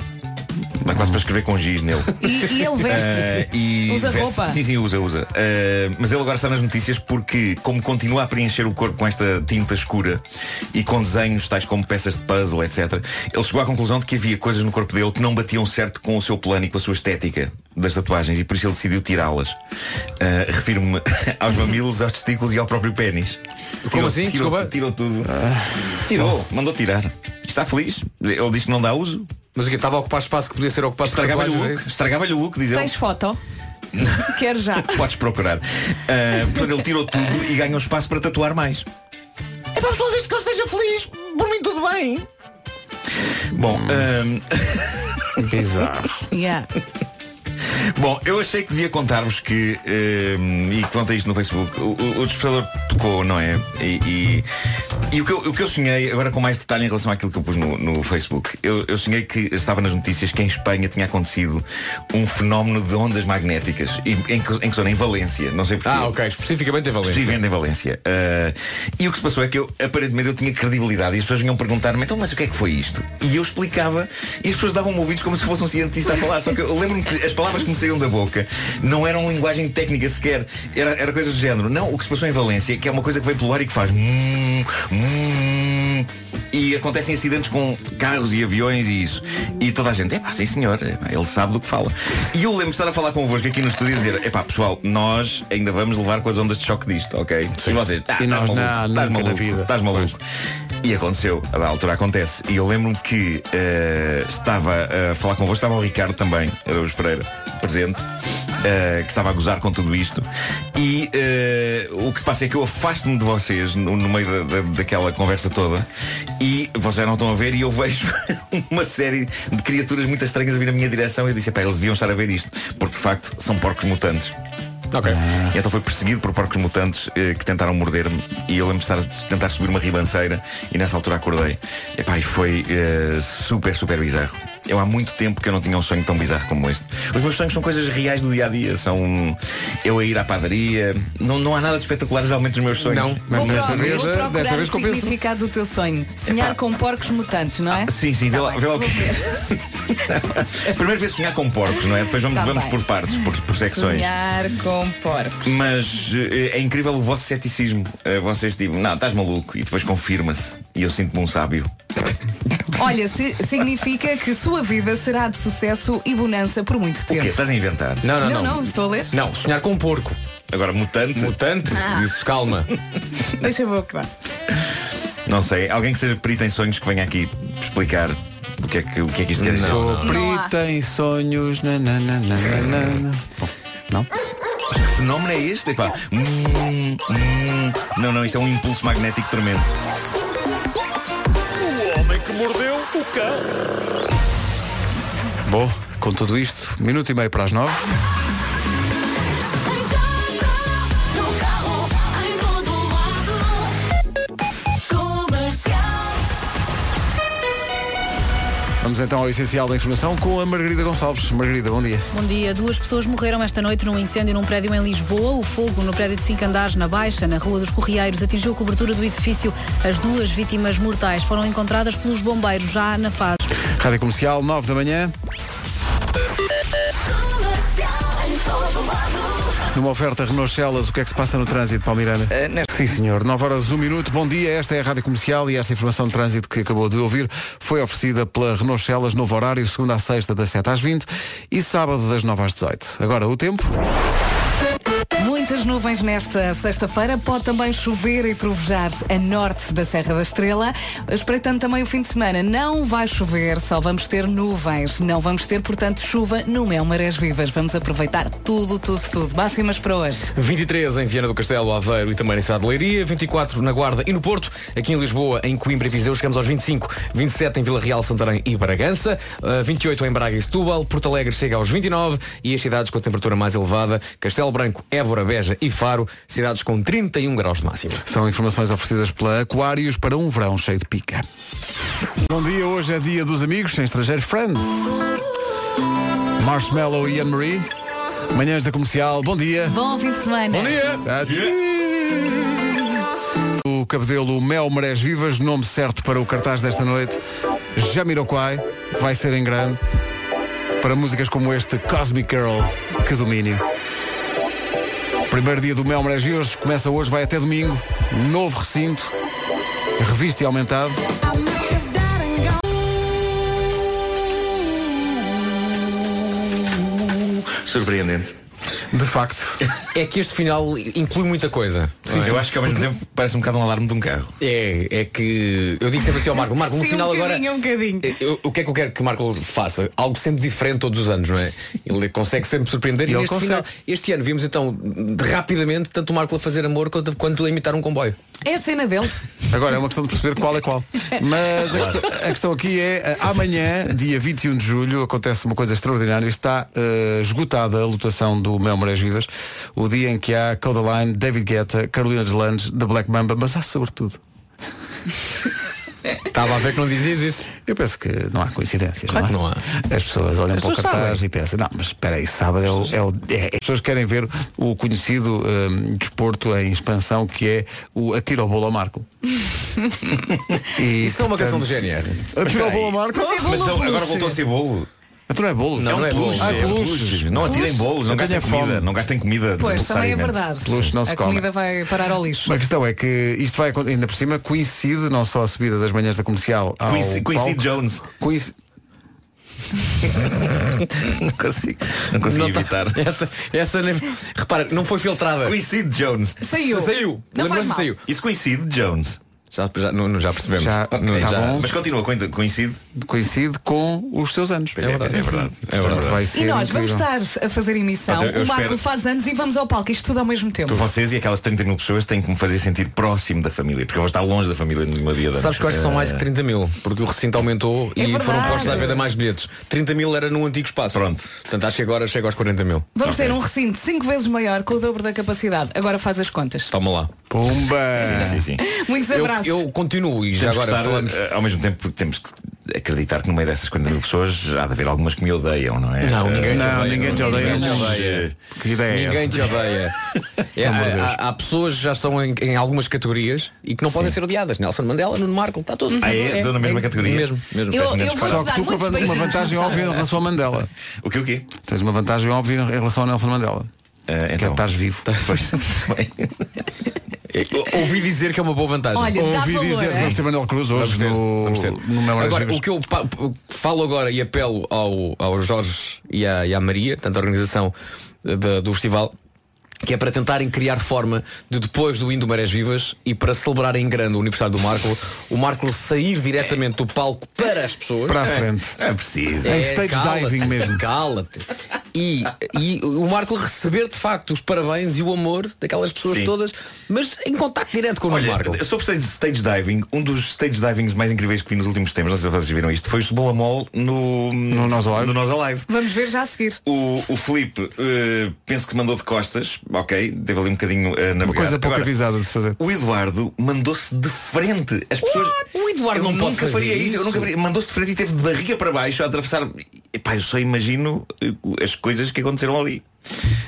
G: Dá quase para escrever com giz nele.
C: E, e ele
G: (laughs) Ah,
C: veste.
G: e
C: Usa
G: veste-
C: roupa.
G: Sim, sim, usa, usa. Ah, mas ele agora está nas notícias porque, como continua a preencher o corpo com esta tinta escura e com desenhos tais como peças de puzzle, etc., ele chegou à conclusão de que havia coisas no corpo dele que não batiam certo com o seu plano e com a sua estética das tatuagens e por isso ele decidiu tirá-las. Ah, Refiro-me (laughs) aos mamilos, aos testículos e ao próprio pênis. Tirou-
E: assim?
G: tirou-
E: Desculpa?
G: Tirou tudo. Tirou, mandou tirar. Está feliz. Ele diz que não dá uso.
E: Mas o que estava a ocupar espaço que podia ser ocupado por é
G: Estragava-lhe o
E: tatuagens,
G: look. Estragava-lhe o look, diz ele.
C: Tens foto? Quero já.
G: Podes procurar. Ah, portanto, ele tirou tudo e ganhou espaço para tatuar mais. É para pessoal, desde que ele esteja feliz, por mim tudo bem. Bom, ehm, ah,
C: Yeah.
G: bom, eu achei que devia contar-vos que, ah, e que contei isto no Facebook, o, o- o despertador tocou, não é? E, e, e o, que eu, o que eu sonhei, agora com mais detalhe em relação àquilo que eu pus no, no Facebook, eu, eu sonhei que estava nas notícias que em Espanha tinha acontecido um fenómeno de ondas magnéticas, e, em, que- em que zona? Em Valência, não sei porquê.
E: Ah, ok, especificamente em Valência.
G: Estive ainda em Valência. Ah, e o que se passou é que eu, aparentemente, eu tinha credibilidade e as pessoas vinham perguntar-me, então, mas o que é que foi isto? E eu explicava e as pessoas davam-me ouvidos como se fosse um cientista a falar. Só que eu lembro-me que as palavras que me saíam da boca não eram linguagem técnica sequer. Era, era coisa do género. Não, o que se passou em Valência, que é uma coisa que vem pelo ar e que faz. "Hum, hum", e acontecem acidentes com carros e aviões e isso. E toda a gente, epá, sim senhor, epá, ele sabe do que fala. E eu lembro de estar a falar convosco aqui no estúdio e dizer, epá, pessoal, nós ainda vamos levar com as ondas de choque disto, ok? E vocês, ah,
A: E nós,
G: estás maluco,
A: não,
G: estás
A: nunca na
G: maluco,
A: vida."
G: estás maluco. E aconteceu, a altura acontece. E eu lembro-me que eh, estava a falar convosco, estava o Ricardo também, Araújo Pereira, presente, eh, que estava a gozar com tudo isto. E eh, o que se passa é que eu afasto-me de vocês no, no meio da- da- daquela conversa toda e vocês não estão a ver e eu vejo (laughs) uma série de criaturas muito estranhas a vir na minha direção e eu disse, pá, eles deviam estar a ver isto, porque de facto são porcos mutantes.
E: Ok.
G: E Então foi perseguido por porcos mutantes eh, que tentaram morder-me e eu lembro de estar de tentar subir uma ribanceira e nessa altura acordei. Epá, e foi eh, super, super bizarro. Eu há muito tempo que eu não tinha um sonho tão bizarro como este. Os meus sonhos são coisas reais do dia a dia. São eu a ir à padaria. Não, não há nada de espetacular geralmente nos meus sonhos.
E: Não,
A: Mas
C: Vou
A: desta
C: procurar-
A: vez,
C: vou
A: eh,
C: procurar
A: desta vez
C: o
A: compensa.
C: significado do teu sonho. Sonhar
G: Epá. Ah,
C: com porcos mutantes, não é?
G: Sim, sim, vê lá, vê lá o que. é. (laughs) Primeiro vez sonhar com porcos, não é? Depois vamos,
C: Tá
G: vamos
C: bem.
G: por partes, por, por secções.
C: Sonhar com porcos.
G: Mas eh, é incrível o vosso ceticismo. Eh, Vocês tipo, não, estás maluco. E depois confirma-se. E eu sinto-me um sábio.
C: Olha, si- significa que sua vida será de sucesso e bonança por muito
G: O quê?
C: tempo.
G: Estás a inventar?
E: Não, não,
C: não,
E: não.
C: estou a ler.
E: Não, sonhar com um porco.
G: Agora, mutante?
E: Mutante? Isso, calma.
C: Deixa eu boca.
G: Não sei. Alguém que seja perito em sonhos que venha aqui explicar o que é que, o que, é que isto (laughs) quer dizer.
A: Sou
J: Não há.
A: preta em sonhos. na, na, na, na, na, na. Bom, Não?
G: Que fenómeno é este? Epá. Hum, hum. Não, não, isto é um impulso magnético tremendo.
A: Bom, com tudo isto, minuto e meio para as nove. Vamos então ao essencial da informação com a Margarida Gonçalves. Margarida, bom dia.
H: Bom dia. Duas pessoas morreram esta noite num incêndio num prédio em Lisboa. O fogo no prédio de cinco andares, na Baixa, na Rua dos Correieiros, atingiu a cobertura do edifício. As duas vítimas mortais foram encontradas pelos bombeiros já na fase.
A: Rádio Comercial, 9 da manhã. Numa oferta Renault Celas, o que é que se passa no trânsito, Palmeirana?
B: Eh, nesta-
A: Sim, senhor. 9 horas, 1 minuto. Bom dia, esta é a Rádio Comercial e esta informação de trânsito que acabou de ouvir foi oferecida pela Renault Celas, novo horário, segunda à sexta, das 7 às 20 e sábado, das 9 às 18. Agora o tempo.
C: Muito muitas nuvens nesta sexta-feira. Pode também chover e trovejar a norte da Serra da Estrela. Espreitando também o fim de semana, não vai chover, só vamos ter nuvens. Não vamos ter, portanto, chuva no Mel Marés Vivas. Vamos aproveitar tudo, tudo, tudo. Máximas para hoje.
E: 23 em Viana do Castelo, Aveiro e também na cidade de Leiria, 24 na Guarda e no Porto, aqui em Lisboa, em Coimbra e Viseu chegamos aos 25, 27 em Vila Real, Santarém e Bragança, eh, 28 em Braga e Setúbal, Porto Alegre chega aos 29 e as cidades com a temperatura mais elevada, Castelo Branco, Évora, Beja e Faro, cidades com 31 graus de máxima.
A: São informações oferecidas pela Aquários para um verão cheio de pica. Bom dia, hoje é dia dos amigos, sem estrangeiro, friends. Marshmallow e Anne-Marie. Manhãs da Comercial, bom dia.
C: Bom fim de semana.
A: Bom dia. O Cabedelo Mel Marés Vivas, nome certo para o cartaz desta noite. Jamiroquai, vai ser em grande. Para músicas como este, Cosmic Girl, que domínio. Primeiro dia do Mel Marés Vivas, começa hoje, vai até domingo. Novo recinto, revista e aumentado.
G: Surpreendente.
A: De facto.
E: É que este final inclui muita coisa. não é?
G: Eu acho que ao mesmo tempo parece um bocado um alarme de um carro.
E: É, é que eu digo sempre assim ao Marco, Marco, no
C: Sim,
E: final
C: um
E: agora.
C: bocadinho, um bocadinho.
E: eu- o que é que eu quero que o Marco faça? Algo sempre diferente todos os anos, não é? Ele consegue sempre surpreender
A: E
E: e
A: ele
E: neste
A: consegue.
E: final, este ano vimos então de- rapidamente tanto o Marco a fazer amor quanto, quanto a imitar um comboio.
C: É a cena dele.
A: Agora é uma questão de perceber qual é qual. Mas a, questão, a questão aqui é, eh, amanhã, dia 21 de julho, acontece uma coisa extraordinária. Está eh, esgotada a lotação do Mel Marés Vivas, o dia em que há Codaline, David Guetta, Carolina Deslandes, da Black Mamba, mas há sobretudo.
E: Estava a ver que não dizias isso.
A: Eu penso que não há coincidências.
E: Claro
A: não, é?
E: que
A: As pessoas olham
E: As
A: para o
E: pessoas
A: cartaz
E: sabem.
A: e pensam, não, mas espera aí, sábado é o. é o- é- as pessoas querem ver o conhecido eh, desporto em expansão que é o Atira o Bolo ao
E: (laughs)
A: Marco. E,
E: Isso não é uma canção do GNR.
A: Atira o Bolo ao
E: Mas
A: Marco?
C: é-
G: Mas então, agora voltou a ser bolo.
A: Então não é bolo?
E: Não,
A: é
E: não
A: um
E: é
A: peluche.
E: bolo.
A: Ah,
G: É,
A: é peluche.
G: peluches. Não atirem
C: Peluches.
G: bolos, não
A: Eu
G: gastem
A: tenho fome.
G: comida. Não gastem comida
C: Pois, também é
G: desnecessariamente.
C: verdade.
A: Peluche não se
C: a
A: come.
C: comida vai parar ao lixo.
A: A questão é que isto vai acontecer, ainda por cima, coincide não só a subida das manhãs da comercial ao
G: Quincy, Quincy
A: palco,
G: Jones.
A: coinci-
G: (laughs) Não consigo, não consigo
E: Não tá- (laughs)
G: evitar.
E: Essa, essa nem... Repara, não foi filtrada.
G: Quincy Jones.
C: Saiu.
E: Saiu.
C: Não faz
E: Lembrança
C: mal.
E: saiu.
G: Isso coincide Jones.
E: Já, já, não, não, já percebemos.
A: Já-
E: Não,
A: tá
E: já-
A: bom.
G: Mas continua, coin- coincide.
A: coincide com os seus anos.
G: Pois é, pois é verdade.
E: Hum,
A: Portanto, vai
C: E
A: ser
C: nós vamos
A: é incrível.
C: estar a fazer emissão,
G: Então, eu
C: o Marco
G: espero-
C: faz anos e vamos ao palco, isto tudo ao mesmo tempo.
G: Vocês e aquelas 30 mil pessoas têm que me fazer sentir próximo da família, porque eu vou estar longe da família no meu dia de
E: Sabes que eu acho que são
G: eh,
E: mais que 30 mil, porque o recinto aumentou
C: É
E: e
C: verdade.
E: foram postos à venda mais bilhetes. 30 mil era no antigo espaço.
G: Pronto.
E: Portanto, acho que agora chega aos 40 mil.
C: Vamos
G: Ok.
C: ter um recinto cinco vezes maior com o dobro da capacidade. Agora faz as contas.
E: Toma lá.
A: Pumba!
G: É. Sim, sim.
C: Muitos
E: Eu,
C: abraços.
E: eu continuo e (laughs) já
G: Temos
E: agora
G: que estar,
E: falamos.
G: eh, ao mesmo tempo, temos que acreditar que no meio dessas 40 mil pessoas há de haver algumas que me odeiam, não é? Eh,
E: Não, ninguém te
A: Não,
E: odeia.
A: ninguém te odeia.
E: Ninguém te
A: Não.
E: odeia.
A: Que ideia é
E: Ninguém
A: essa?
E: te odeia. É,
A: Pelo amor de
E: há,
A: Deus.
E: há- há pessoas que já estão em, em algumas categorias e que não podem ser odiadas. Nelson Mandela, Nuno Marco, está tudo.
G: Ah, é? Estão na mesma categoria?
E: Mesmo, mesmo.
C: Eu-
E: Peço imensa
C: eu
E: desculpa.
A: Só que tu
C: vou- Vamos dar
A: com
C: muitos
A: uma
C: beijinhos,
A: vantagem
C: não
A: óbvia em
C: sabe?
A: relação a Mandela.
G: O que o quê?
A: Tens uma vantagem óbvia em relação a Nelson Mandela.
G: Eh,
A: Que é estás vivo.
G: Pois,
E: Eu Ouvi dizer que é uma boa vantagem.
C: Olha, dá
A: Ouvi
C: valor.
A: dizer que
C: é?
A: vamos ter Manuel Cruz hoje
E: ter,
A: no,
E: vamos ter.
A: no Memórias
E: Agora,
A: Vivas.
E: o que eu pa- falo agora e apelo ao, ao Jorge e à, e à Maria, tanto a organização eh, da- do festival, que é para tentarem criar forma de depois do Indo Marés Vivas e para celebrar em grande o aniversário do Marco, o Marco sair diretamente do palco para as pessoas.
A: Para a frente.
G: é preciso.
A: É stage
E: cala-te,
A: diving mesmo.
E: Cala-te. E, e o Marco receber de facto os parabéns e o amor daquelas pessoas
G: Sim.
E: todas, mas em contacto direto com o
G: Olha,
E: Marco.
G: sobre stage, stage diving, um dos stage divings mais incríveis que vi nos últimos tempos, não sei se vocês viram isto, foi o Cebola Mall no,
A: No Nós Alive.
G: No Nós Alive.
C: Vamos ver já a seguir.
G: O, o Felipe eh, penso que mandou de costas, ok, deve ali um bocadinho a navegar.
A: Uma coisa pouco
G: Agora,
A: avisada de se fazer.
G: O Eduardo mandou-se de frente. As pessoas.
E: O Eduardo
G: eu
E: não pode
G: nunca
E: fazer
G: faria isso. Eu
E: isso.
G: nunca faria. Mandou-se de frente e teve de barriga para baixo a atravessar. Epá, eu só imagino eh, as coisas que aconteceram ali.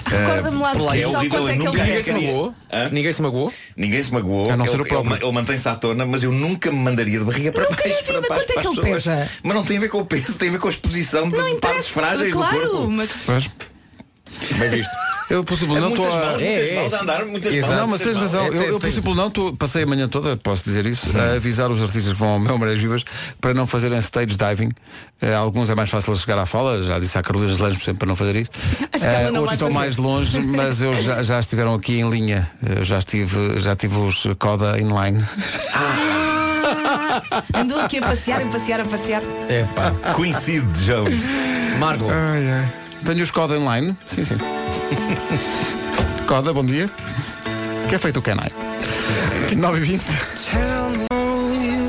C: Recorda-me lá,
G: lá é
C: só
G: horrível,
C: quanto é
G: eu
C: que
G: nunca
C: ele
E: Ninguém
G: queria-
E: se
C: gasta.
E: magoou?
G: Hã?
E: Ninguém se magoou?
G: Ninguém se magoou.
A: A não ser
G: ele,
A: o próprio.
G: Ele, ele mantém-se à tona, mas eu nunca me mandaria de barriga para
C: Nunca na
G: baixo.
C: vida,
G: para baixo
C: quanto é
G: para
C: que
G: as
C: ele
G: pessoas.
C: pesa?
G: Mas não tem a ver com o peso, tem a ver com a exposição
C: Não
G: de partes
C: interessa,
G: frágeis
C: claro,
G: do corpo.
C: mas
A: Pois.
E: Bem visto.
A: Eu, por exemplo,
G: É
A: não
G: muitas
A: estou a...
G: mãos, muitas É, é. mãos a andar, muitas Exato. mãos,
A: Não, mas
G: muitas
A: tens
G: mãos.
A: razão.
G: É,
A: Eu,
G: tem-
A: eu, por
G: tem-
A: exemplo, não estou... Passei a manhã toda, posso dizer isso, a avisar os artistas que vão ao Mel Marés Vivas para não fazerem stage diving. Eh, alguns é mais fácil chegar à fala, já disse à Carolina Lange, por exemplo, para não fazer isso.
K: Acho que ela
A: Eh,
K: não
A: outros
K: vai
A: estão
K: fazer.
A: mais longe, mas eu já, já estiveram aqui em linha. Eu já estive, já tive os Coda inline.
C: Andou aqui a passear, a passear, a passear.
A: É pá.
G: Coincide, Jones.
E: Margo.
A: Ah, Tenho os Coda online? Sim, sim. Coda, bom dia. Que é feito o canai? 9 e 20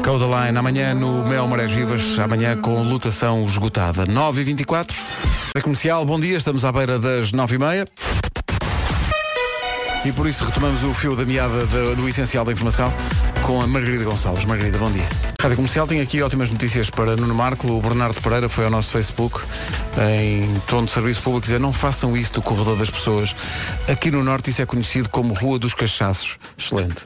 A: Coda Line, amanhã no Mel Marés Vivas, amanhã com lutação esgotada. 9 e 24 Da comercial, bom dia, estamos à beira das 9 e meia. E por isso retomamos o fio da meada do, do essencial da informação com a Margarida Gonçalves. Margarida, bom dia. Rádio Comercial tem aqui ótimas notícias para Nuno Marco. O Bernardo Pereira foi ao nosso Facebook em tom de serviço público dizer não façam isso do corredor das pessoas. Aqui no Norte isso é conhecido como Rua dos Cachaços. Excelente.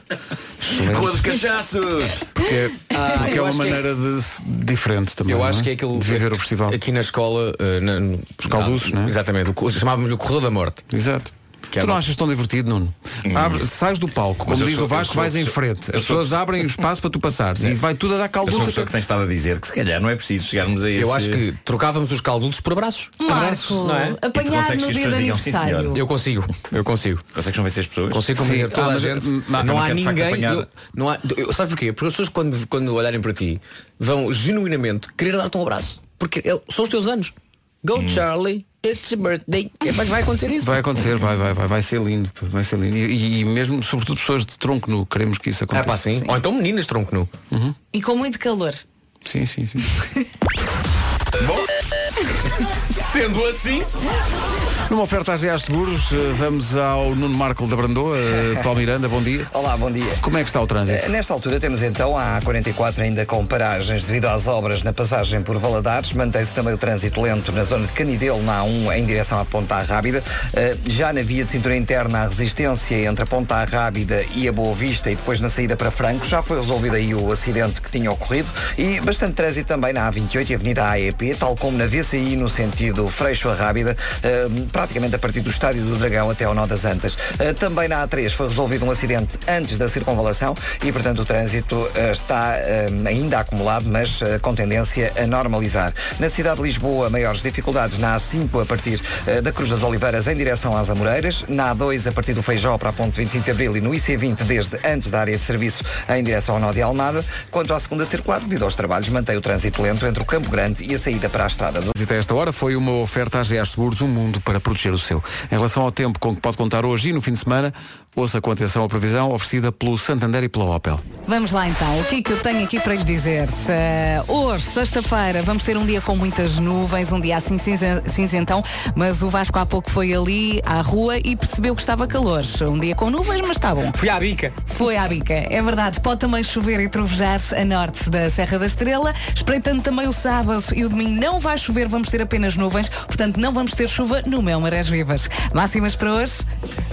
A: Excelente.
G: Rua dos Cachaços!
A: Porque,
E: (laughs) Ah,
A: porque é
E: eu
A: uma
E: acho que é-
A: maneira de se- diferente também.
E: Eu
A: não
E: acho
A: é?
E: que é aquilo.
A: De viver o festival.
E: Aqui na escola. eh, na- no-
A: Os calduços, não é?
E: Exatamente. o co- Chamava-me-lhe o Corredor da Morte.
A: Exato.
E: Que é
A: tu não
E: uma-
A: achas tão divertido, Nuno? Abre, sais do palco,
G: Hum. Mas
A: como
G: eu
A: diz
G: sou-
A: o Vasco,
G: eu sou-
A: vais em
G: sou-
A: frente.
G: eu
A: As
G: sou- É.
A: pessoas abrem o espaço para tu passares e vai tudo a dar
G: Eu sou a
A: calduça.
G: pessoa que tem estado a dizer que se calhar não é preciso chegarmos a esse... é.
E: Eu acho que trocávamos os calduços por abraços.
C: Marco,
E: Não é?
G: E tu
C: apanhar
G: consegues
C: no dia
G: que as
C: de
G: pessoas digam, "Sim, senhora."
C: aniversário.
E: Eu consigo, eu consigo.
G: Consegues convencer as pessoas?
E: Consigo convencer
G: Sim.
E: toda
G: Ah,
E: a
G: mas-
E: gente. não,
G: mas- eu não
E: há
G: quero, de facto,
E: ninguém.
G: apanhar.
E: eu- não há, eu- sabes porquê? Porque as pessoas quando, quando olharem para ti vão genuinamente querer dar-te um abraço. Porque é- são os teus anos. Go Charlie, it's your birthday. É, mas vai acontecer isso.
A: Vai acontecer, vai, vai, vai, vai ser lindo, pá, vai ser lindo. E, e mesmo, sobretudo, pessoas de tronco nu, queremos que isso aconteça.
E: Ah, pá, sim. Ou então meninas de tronco nu.
C: E com muito calor.
A: Sim, sim, sim. (laughs)
E: Sendo assim.
A: Numa oferta à GA Seguros, eh, vamos ao Nuno Marco da Brandoa, eh, Paulo Miranda, bom dia.
B: Olá, bom dia.
A: Como é que está o trânsito?
B: Eh, Nesta altura temos então a A44 ainda com paragens devido às obras na passagem por Valadares. Mantém-se também o trânsito lento na zona de Canidelo, na A1, em direção à Ponta Rábida. Eh, Já na via de cintura interna, a resistência entre a Ponta Rábida e a Boa Vista e depois na saída para Franco. Já foi resolvido aí o acidente que tinha ocorrido e bastante trânsito também na A28 e Avenida AEP, tal como na VCI no sentido Freixo a Rábida, eh, praticamente a partir do Estádio do Dragão até ao Nó das Antas. Eh, Também na A3 foi resolvido um acidente antes da circunvalação e, portanto, o trânsito eh, está eh, ainda acumulado, mas eh, com tendência a normalizar. Na cidade de Lisboa, maiores dificuldades na A5 a partir eh, da Cruz das Oliveiras em direção às Amoreiras, na A2 a partir do Feijó para a Ponte 25 de Abril e no IC20 desde antes da área de serviço em direção ao Nó de Almada. Quanto à segunda circular, devido aos trabalhos, mantém o trânsito lento entre o Campo Grande e a saída para a Estrada do
A: Até esta hora foi uma oferta à GA Seguros, um mundo para proteger o seu. Em relação ao tempo com que pode contar hoje e no fim de semana, ouça com atenção a previsão oferecida pelo Santander e pela Opel.
C: Vamos lá então, o que é que eu tenho aqui para lhe dizer? Eh, hoje, sexta-feira, vamos ter um dia com muitas nuvens, um dia assim cinzen- cinzentão, mas o Vasco há pouco foi ali à rua e percebeu que estava calor. Um dia com nuvens, mas está bom.
E: Fui à bica.
C: Foi à bica, é verdade. Pode também chover e trovejar a norte da Serra da Estrela. Espreitando também o sábado e o domingo não vai chover, vamos ter apenas nuvens, portanto não vamos ter chuva no Mel Marés Vivas. Máximas para hoje?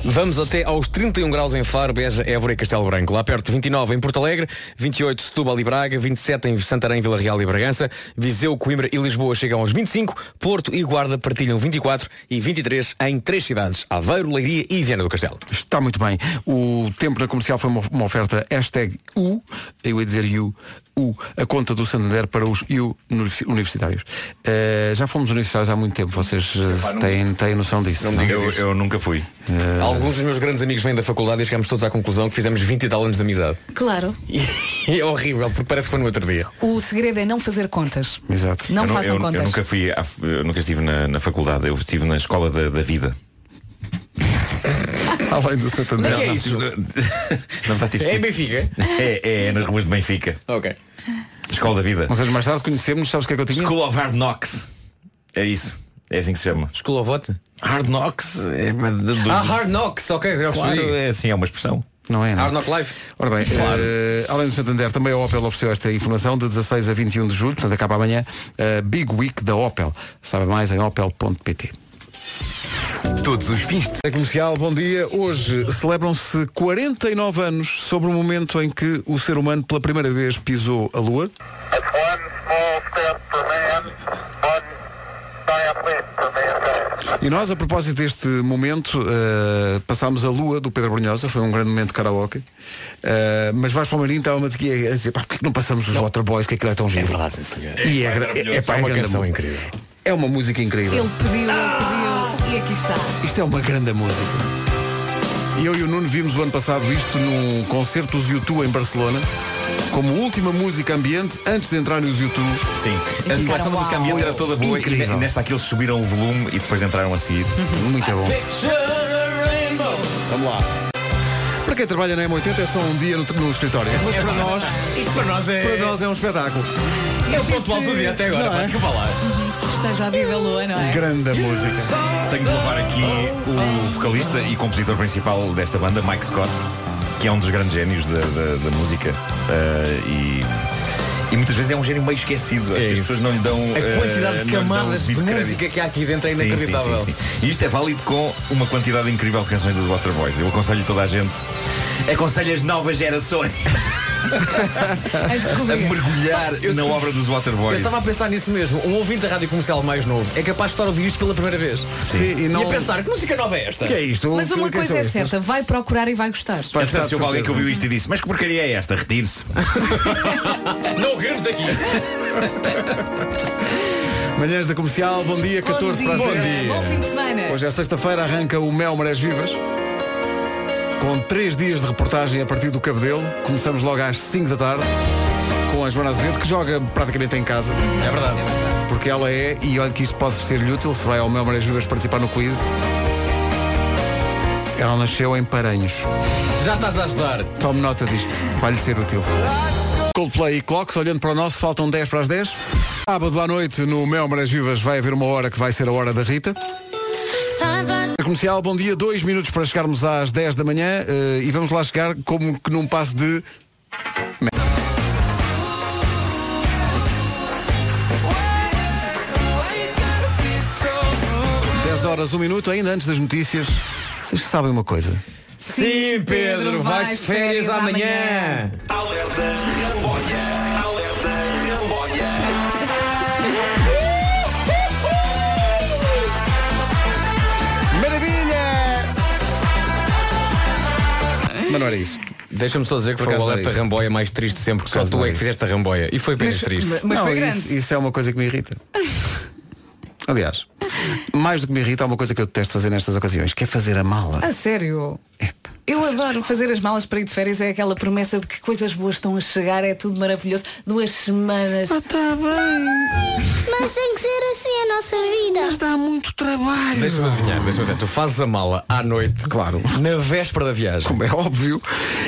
E: Vamos até aos 31 graus em Faro, Beja, Évora e Castelo Branco. Lá perto, 29 em Porto Alegre, 28 Setúbal e Braga, 27 em Santarém, Vila Real e Bragança, Viseu, Coimbra e Lisboa chegam aos 25, Porto e Guarda partilham 24 e 23 em três cidades, Aveiro, Leiria e Viana do Castelo.
A: Está muito bem. O tempo na comercial foi uma, uma oferta hashtag U, eu ia dizer U, U, a conta do Santander para os U universi- universitários. Eh, já fomos universitários há muito tempo, vocês eh, têm, têm noção disso. é?
G: Não me digas isso. Eu nunca fui.
E: Alguns dos meus grandes amigos vêm da faculdade e chegamos todos à conclusão que fizemos 20 e tal anos de amizade.
C: Claro.
E: (laughs) E é horrível, porque parece que foi no outro dia.
C: O segredo é não fazer contas.
A: Exato.
C: Não
G: eu, nu-
C: façam
G: eu,
C: contas.
G: eu nunca fui, à- eu nunca estive na, na faculdade, eu estive na escola da, da vida.
A: Além do Santander.
E: Mas que é isso?
G: Na verdade, tive- tipo
E: É em Benfica?
G: É, é nas ruas de Benfica.
E: Ok.
G: Escola da vida.
A: Vocês mais tarde conhecemos, sabes o que é que eu tinha?
G: School of Hard Knocks. É isso. É assim que se chama.
E: Escola voto?
G: Hard Knocks? É, do- do-
E: Ah, Hard Knocks, ok, já
G: claro,
E: percebi.
G: é assim, é uma expressão.
A: Não é? Não.
E: Hard Knock Life.
A: Ora bem, eh, além do Santander, também a Opel ofereceu esta informação de 16 a 21 de julho, portanto acaba amanhã, a Big Week da Opel. Sabe mais em opel.pt.
D: Todos os fins de
A: É comercial, bom dia. Hoje celebram-se 49 anos sobre o momento em que o ser humano pela primeira vez pisou a Lua. E nós, a propósito deste momento, eh, passámos a lua do Pedro Brunhosa, foi um grande momento de karaoke. Eh, mas Vasco Palmeirinho estava-me aqui a dizer, pá, porquê que não passamos os Waterboys, que aquilo é tão giro?
E: verdade, senhor.
A: E é,
E: É
A: gra-
E: maravilhoso.
A: é, pá,
E: É uma
A: grande
E: canção
A: mu-
E: incrível.
A: É uma música incrível.
C: Ele pediu, ele pediu e aqui está.
A: Isto é uma grande música. E eu e o Nuno vimos o ano passado isto num concerto dos YouTube em Barcelona, como última música ambiente antes de entrarem os YouTube.
G: Sim. A seleção da música ambiente era toda boa
A: Incrível.
G: e nesta aqui eles subiram o volume e depois entraram a seguir.
A: Muito bom. Vamos lá. Para quem trabalha na M80 é só um dia no, no escritório. Mas para nós,
E: É Isto para nós é.
A: para nós é um espetáculo.
E: É o ponto alto do dia até agora,
A: Não
E: pá,
A: é?
E: desculpa lá.
C: Esteja a da lua, não é?
A: Grande música.
G: Tenho de louvar aqui o vocalista e compositor principal desta banda, Mike Scott, que é um dos grandes génios da, da- da música. eh, e, e muitas vezes é um gênio meio esquecido. Acho
E: É
G: que as
E: isso.
G: pessoas não lhe dão. eh,
E: A quantidade de
G: não lhe dão
E: camadas um de
G: devido crédito.
E: música que há aqui dentro é
G: Sim, sim,
E: inacreditável.
G: sim, sim. E isto é válido com uma quantidade incrível de canções dos Waterboys. Eu aconselho toda a gente. Aconselho as novas gerações (laughs)
C: A
A: É
G: a
C: descobrir.
G: mergulhar
E: Sabe, eu
G: na
E: te-
G: obra dos
E: Eu
G: Waterboys.
E: estava a pensar nisso mesmo. Um ouvinte da rádio comercial mais novo é capaz de estar a ouvir isto pela primeira vez.
A: Sim, e não-
E: E a pensar, que música nova é esta?
A: Que é isto?
C: Mas
A: Que-
C: uma
A: que
C: coisa
A: são
C: é
A: estas?
C: certa, vai procurar e vai gostar.
A: Vai gostar
G: Portanto,
A: de
G: se houve alguém que
A: certeza.
G: ouviu isto e disse, mas que porcaria é esta? Retire-se.
E: Não queremos aqui.
A: Manhãs da Comercial, bom dia, 14 para as
C: bom,
A: 10.
C: dia. bom fim de semana.
A: Hoje é sexta-feira, arranca o Mel Marés Vivas. Com três dias de reportagem a partir do Cabedelo. Começamos logo às 5 da tarde com a Joana Azevedo, que joga praticamente em casa.
E: É verdade.
A: Porque ela é, e olha que isto pode ser-lhe útil, se vai ao Mel Marés Vivas participar no quiz. Ela nasceu em Paranhos.
E: Já estás a ajudar.
A: Tome nota disto, vai-lhe ser útil. Coldplay e Clocks, olhando para o nosso, faltam 10 para as 10. Sábado à noite, no Mel Marés Vivas, vai haver uma hora que vai ser a hora da Rita. A Comercial, bom dia, dois minutos para chegarmos às 10 da manhã eh, e vamos lá chegar como que num passo de. Dez horas, um minuto, ainda antes das notícias. Vocês sabem uma coisa?
E: Sim, Pedro, vais de férias amanhã.
A: Maravilha! Mas não era isso.
E: Deixa-me só dizer que
A: Por
E: foi o
A: acaso não
E: alerta
A: era isso.
E: ramboia mais triste sempre, que só
A: acaso
E: tu
A: não
E: é
A: era
E: que
A: isso.
E: fizeste a ramboia. E foi apenas
C: Mas-
E: triste.
C: Mas
A: não,
C: foi
A: isso,
C: grande.
A: isso é uma coisa que me irrita. Aliás, mais do que me irrita, há uma coisa que eu detesto fazer nestas ocasiões, que é fazer a mala.
C: A sério. Eu adoro fazer as malas para ir de férias, é aquela promessa de que coisas boas estão a chegar, é tudo maravilhoso. Duas semanas.
A: Está Ah, tá bem,
F: Mas tem que ser assim a nossa vida.
A: dá muito trabalho.
E: Deixa-me adivinhar, deixa-me adivinhar. Tu fazes a mala à noite.
A: Claro.
E: Na véspera da viagem.
A: Como é óbvio.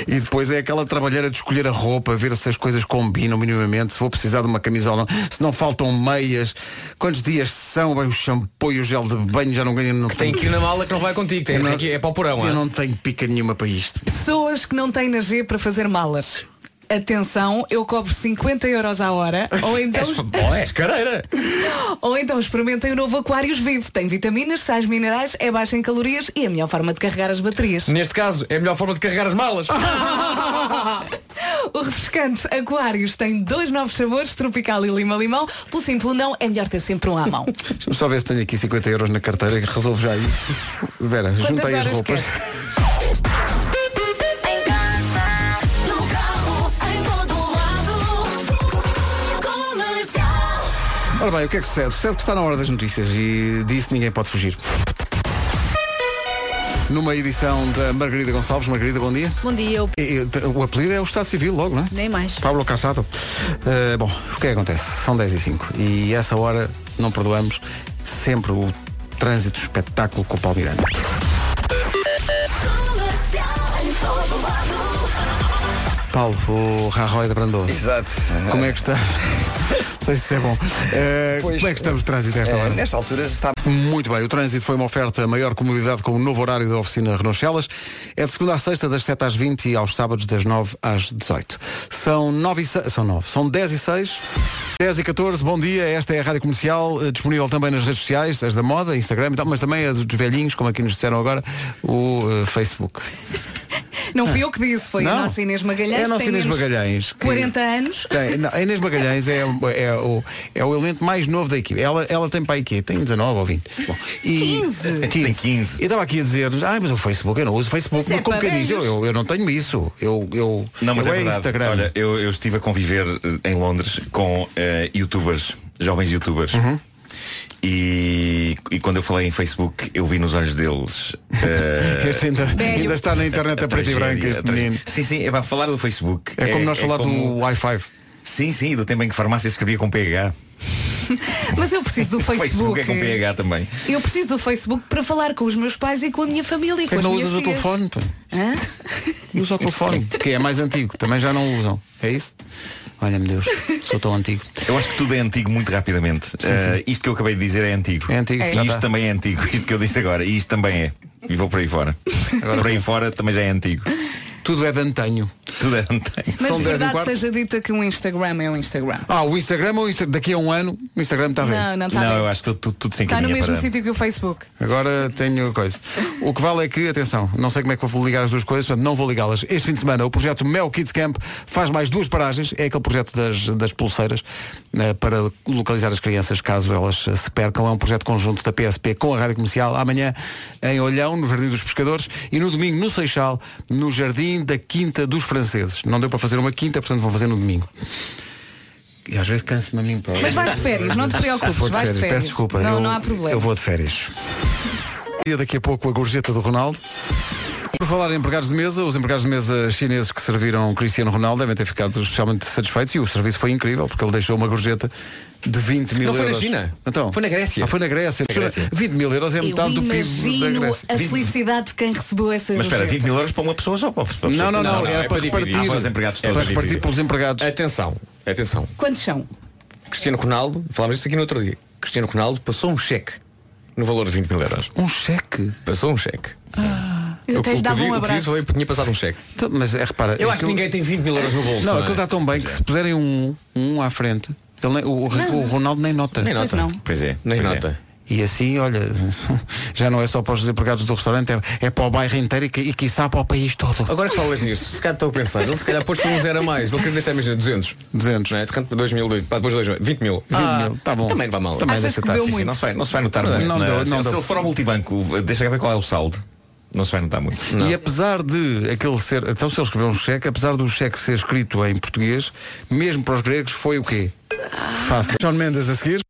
A: E depois é aquela trabalheira de escolher a roupa, ver se as coisas combinam minimamente, se vou precisar de uma camisola, ou não, se não faltam meias, quantos dias são, bem, o shampoo e o gel de banho já não ganham. Não
E: Tem
A: tenho-
E: que ir na mala que não vai contigo. Tem,
A: Eu não-
E: tem que ir- é para o porão.
A: Eu
E: ah.
A: não tenho pica nenhuma para isto.
C: Pessoas que não têm na G para fazer malas. Atenção, eu cobro 50 euros à hora ou (laughs) então,
E: És, oh, és careira.
C: ou então experimentem o novo Aquários Vivo. Tem vitaminas, sais minerais, é baixo em calorias e a melhor forma de carregar as baterias.
E: Neste caso, é a melhor forma de carregar as malas.
C: (laughs) O refrescante Aquários tem dois novos sabores, tropical e lima-limão. Pelo simples não, é melhor ter sempre um à mão.
A: Deixa-me só ver se tenho aqui 50 euros na carteira, que resolvo já isso. Vera, juntei as
C: horas
A: roupas.
F: Em casa, no carro, em todo lado. Comercial.
A: Ora bem, o que é que sucede? Sucede que está na hora das notícias e disso ninguém pode fugir. Numa edição da Margarida Gonçalves. Margarida, bom dia.
H: Bom dia, eu...
A: E- e- O apelido é o Estado Civil, logo, não é?
H: nem mais.
A: Pablo Casado. Eh, bom, o que é que acontece? São 10 e 05 e essa hora não perdoamos sempre o trânsito espetáculo com o Paulo Miranda. Paulo, o Rajoy da Brandoa.
B: Exato.
A: Como é que está? Não sei se isso é bom. Eh,
B: Pois,
A: como é que estamos de trânsito a esta
B: Eh,
A: hora?
B: Nesta altura está
A: Muito bem, o trânsito foi uma oferta a maior comodidade com o novo horário da oficina Renault Celas. É de segunda à sexta, das 7 às 20 e aos sábados, das 9 às 18. São 9 e 6, são 9, são 10 e 6. 10 e 14, bom dia, esta é a Rádio Comercial, eh, disponível também nas redes sociais, as da moda, Instagram e tal, mas também a dos velhinhos, como aqui nos disseram agora, o eh, Facebook.
C: Não fui eu que disse, foi
A: Não.
C: a nossa Inês Magalhães.
A: É a
C: que
A: nossa
C: tem
A: Inês
C: menos
A: Magalhães. que-
C: 40 anos.
A: Tem, não, a Inês Magalhães é, é o, é o elemento mais novo da equipe. Ela, ela tem para quê? Tem 19 ou 20. Bom, e,
G: 15. Tem 15.
A: Eu estava aqui a dizer, ai, mas o Facebook, eu não uso o Facebook,
G: Isso
A: mas
G: é
A: como
G: para
A: quem diz, eu,
G: velhos.
A: eu, eu não tenho isso. Eu, eu,
G: Não, mas
A: eu
G: é verdade.
A: Instagram.
G: Olha, eu, eu estive a conviver eh, em Londres com eh, youtubers, jovens youtubers.
E: Uhum.
G: E, e quando eu falei em Facebook, eu vi nos
E: (laughs)
G: olhos deles. eh,
A: Este ainda,
G: Velho.
A: ainda está na internet a preto e
G: É tragédia,
A: branco,
G: a
A: este
G: tragédia.
A: menino.
G: Sim, sim, é para falar do Facebook.
A: É como nós falar do
G: Wi-Fi. Sim, sim, do tempo em que farmácia se escrevia com PH.
C: Mas eu preciso do
G: Facebook
C: Facebook.
G: é com PH também.
C: Eu preciso do Facebook para falar com os meus pais e com a minha família. e Com
A: Quem
C: as
A: não
C: minhas
A: usas o
C: filhas.
A: telefone? pá?
C: Hã?
A: (laughs) Usa o telefone, que é mais antigo, também já não usam. É isso? Olha, meu Deus, sou tão antigo.
G: Eu acho que tudo é antigo muito rapidamente. Eh, isto que eu acabei de dizer é antigo. É
A: antigo,
G: E
A: já
G: isto
A: tá.
G: também é antigo. (laughs) Isto que eu disse agora. E isto também é. E vou por aí fora. Agora por aí fora também já é antigo.
A: Tudo é de antanho.
G: Tudo é de antanho.
C: Mas verdade seja dita que o Instagram é o Instagram.
A: Ah, o Instagram, o Insta- daqui a um ano, o Instagram está a ver.
C: Não, não está Não, a ver. eu
A: acho que tudo, tudo se
C: Está no mesmo sítio que o Facebook.
A: Agora tenho coisa. O que vale é que, atenção, não sei como é que vou ligar as duas coisas, portanto não vou ligá-las. Este fim de semana o projeto Mel Kids Camp faz mais duas paragens, é aquele projeto das, das pulseiras, né, para localizar as crianças caso elas eh, se percam. É um projeto conjunto da PSP com a Rádio Comercial, amanhã em Olhão, no Jardim dos Pescadores, e no domingo no Seixal, no Jardim da Quinta dos Franceses. Não deu para fazer uma quinta, portanto vão fazer no domingo. E às vezes canso-me a mim próprio. Ah,
C: Mas vais de férias, não te preocupes,
A: Vou de
C: vais de
A: férias,
C: férias.
A: Peço desculpa.
C: Não,
A: eu,
C: não há problema.
A: Eu vou de férias. E daqui a pouco a gorjeta do Ronaldo. Por falar em empregados de mesa, os empregados de mesa chineses que serviram Cristiano Ronaldo devem ter ficado especialmente satisfeitos e o serviço foi incrível porque ele deixou uma gorjeta de 20 mil
E: Não foi na
A: euros.
E: China?
A: Então, foi na Grécia. Ah, foi na Grécia.
E: Foi na Grécia.
A: 20 mil euros é
C: Eu
A: metade do PIB da
C: imagino
A: Grécia.
C: a felicidade de quem recebeu essa
G: Mas espera,
C: gorjeta.
G: 20 mil euros para uma pessoa ou só para para
A: Não,
G: pessoa?
A: não, não, era para repartir.
E: dividir. Ah, para os empregados
A: É para
E: todos. É.
A: repartir pelos empregados.
E: Atenção, atenção.
C: Quantos são?
E: Cristiano Ronaldo, falámos isso aqui no outro dia. Cristiano Ronaldo passou um cheque no valor de 20 mil euros.
A: Um cheque?
E: Passou um cheque.
C: Eu
E: O
C: até
E: que- o
C: lhe
E: que
C: dava
E: vi-
C: um
E: o que vi
C: abraço.
E: foi que tinha passado um cheque.
A: Então, Mas é, repara,
E: Eu acho que
A: aquilo-
E: ninguém tem 20 mil euros no bolso.
A: Não,
E: é?
A: aquilo está tão bem que se puserem um, um à frente, ele nem- o, o-
E: Não.
A: o Ronaldo nem nota.
E: Nem nota. Pois não.
G: Pois é.
E: Nem
A: pois
E: nota.
A: é. E assim, olha, (laughs) já não é só para os empregados do restaurante, é, é para o bairro inteiro e, qui- e quiçá para o país todo.
E: Agora que falas nisso, se calhar estou a pensar, ele se calhar pôs para um zero a mais, ele queria deixar, imagina, 200.
A: 200.
E: Não é? De repente, 2 mil, dois- pá, depois 2 mil, 20 mil.
G: 20 mil, tá bom.
E: Ah. Também não vai mal.
G: Também
E: Achas
G: deixa
E: que
G: estar,
E: deu
G: sim, sim,
E: muito?
G: não se vai, não se vai notar
E: Não,
G: muito.
E: não
G: é?
E: deu,
G: se,
E: não
G: ele-
E: deu.
G: se ele for ao multibanco, deixa eu ver qual é o saldo. Não se vai notar muito.
A: E apesar de aquele ser. Então, se ele escreveu um cheque, apesar do cheque ser escrito em português, mesmo para os gregos, foi o quê? Fácil. John Mendes a seguir.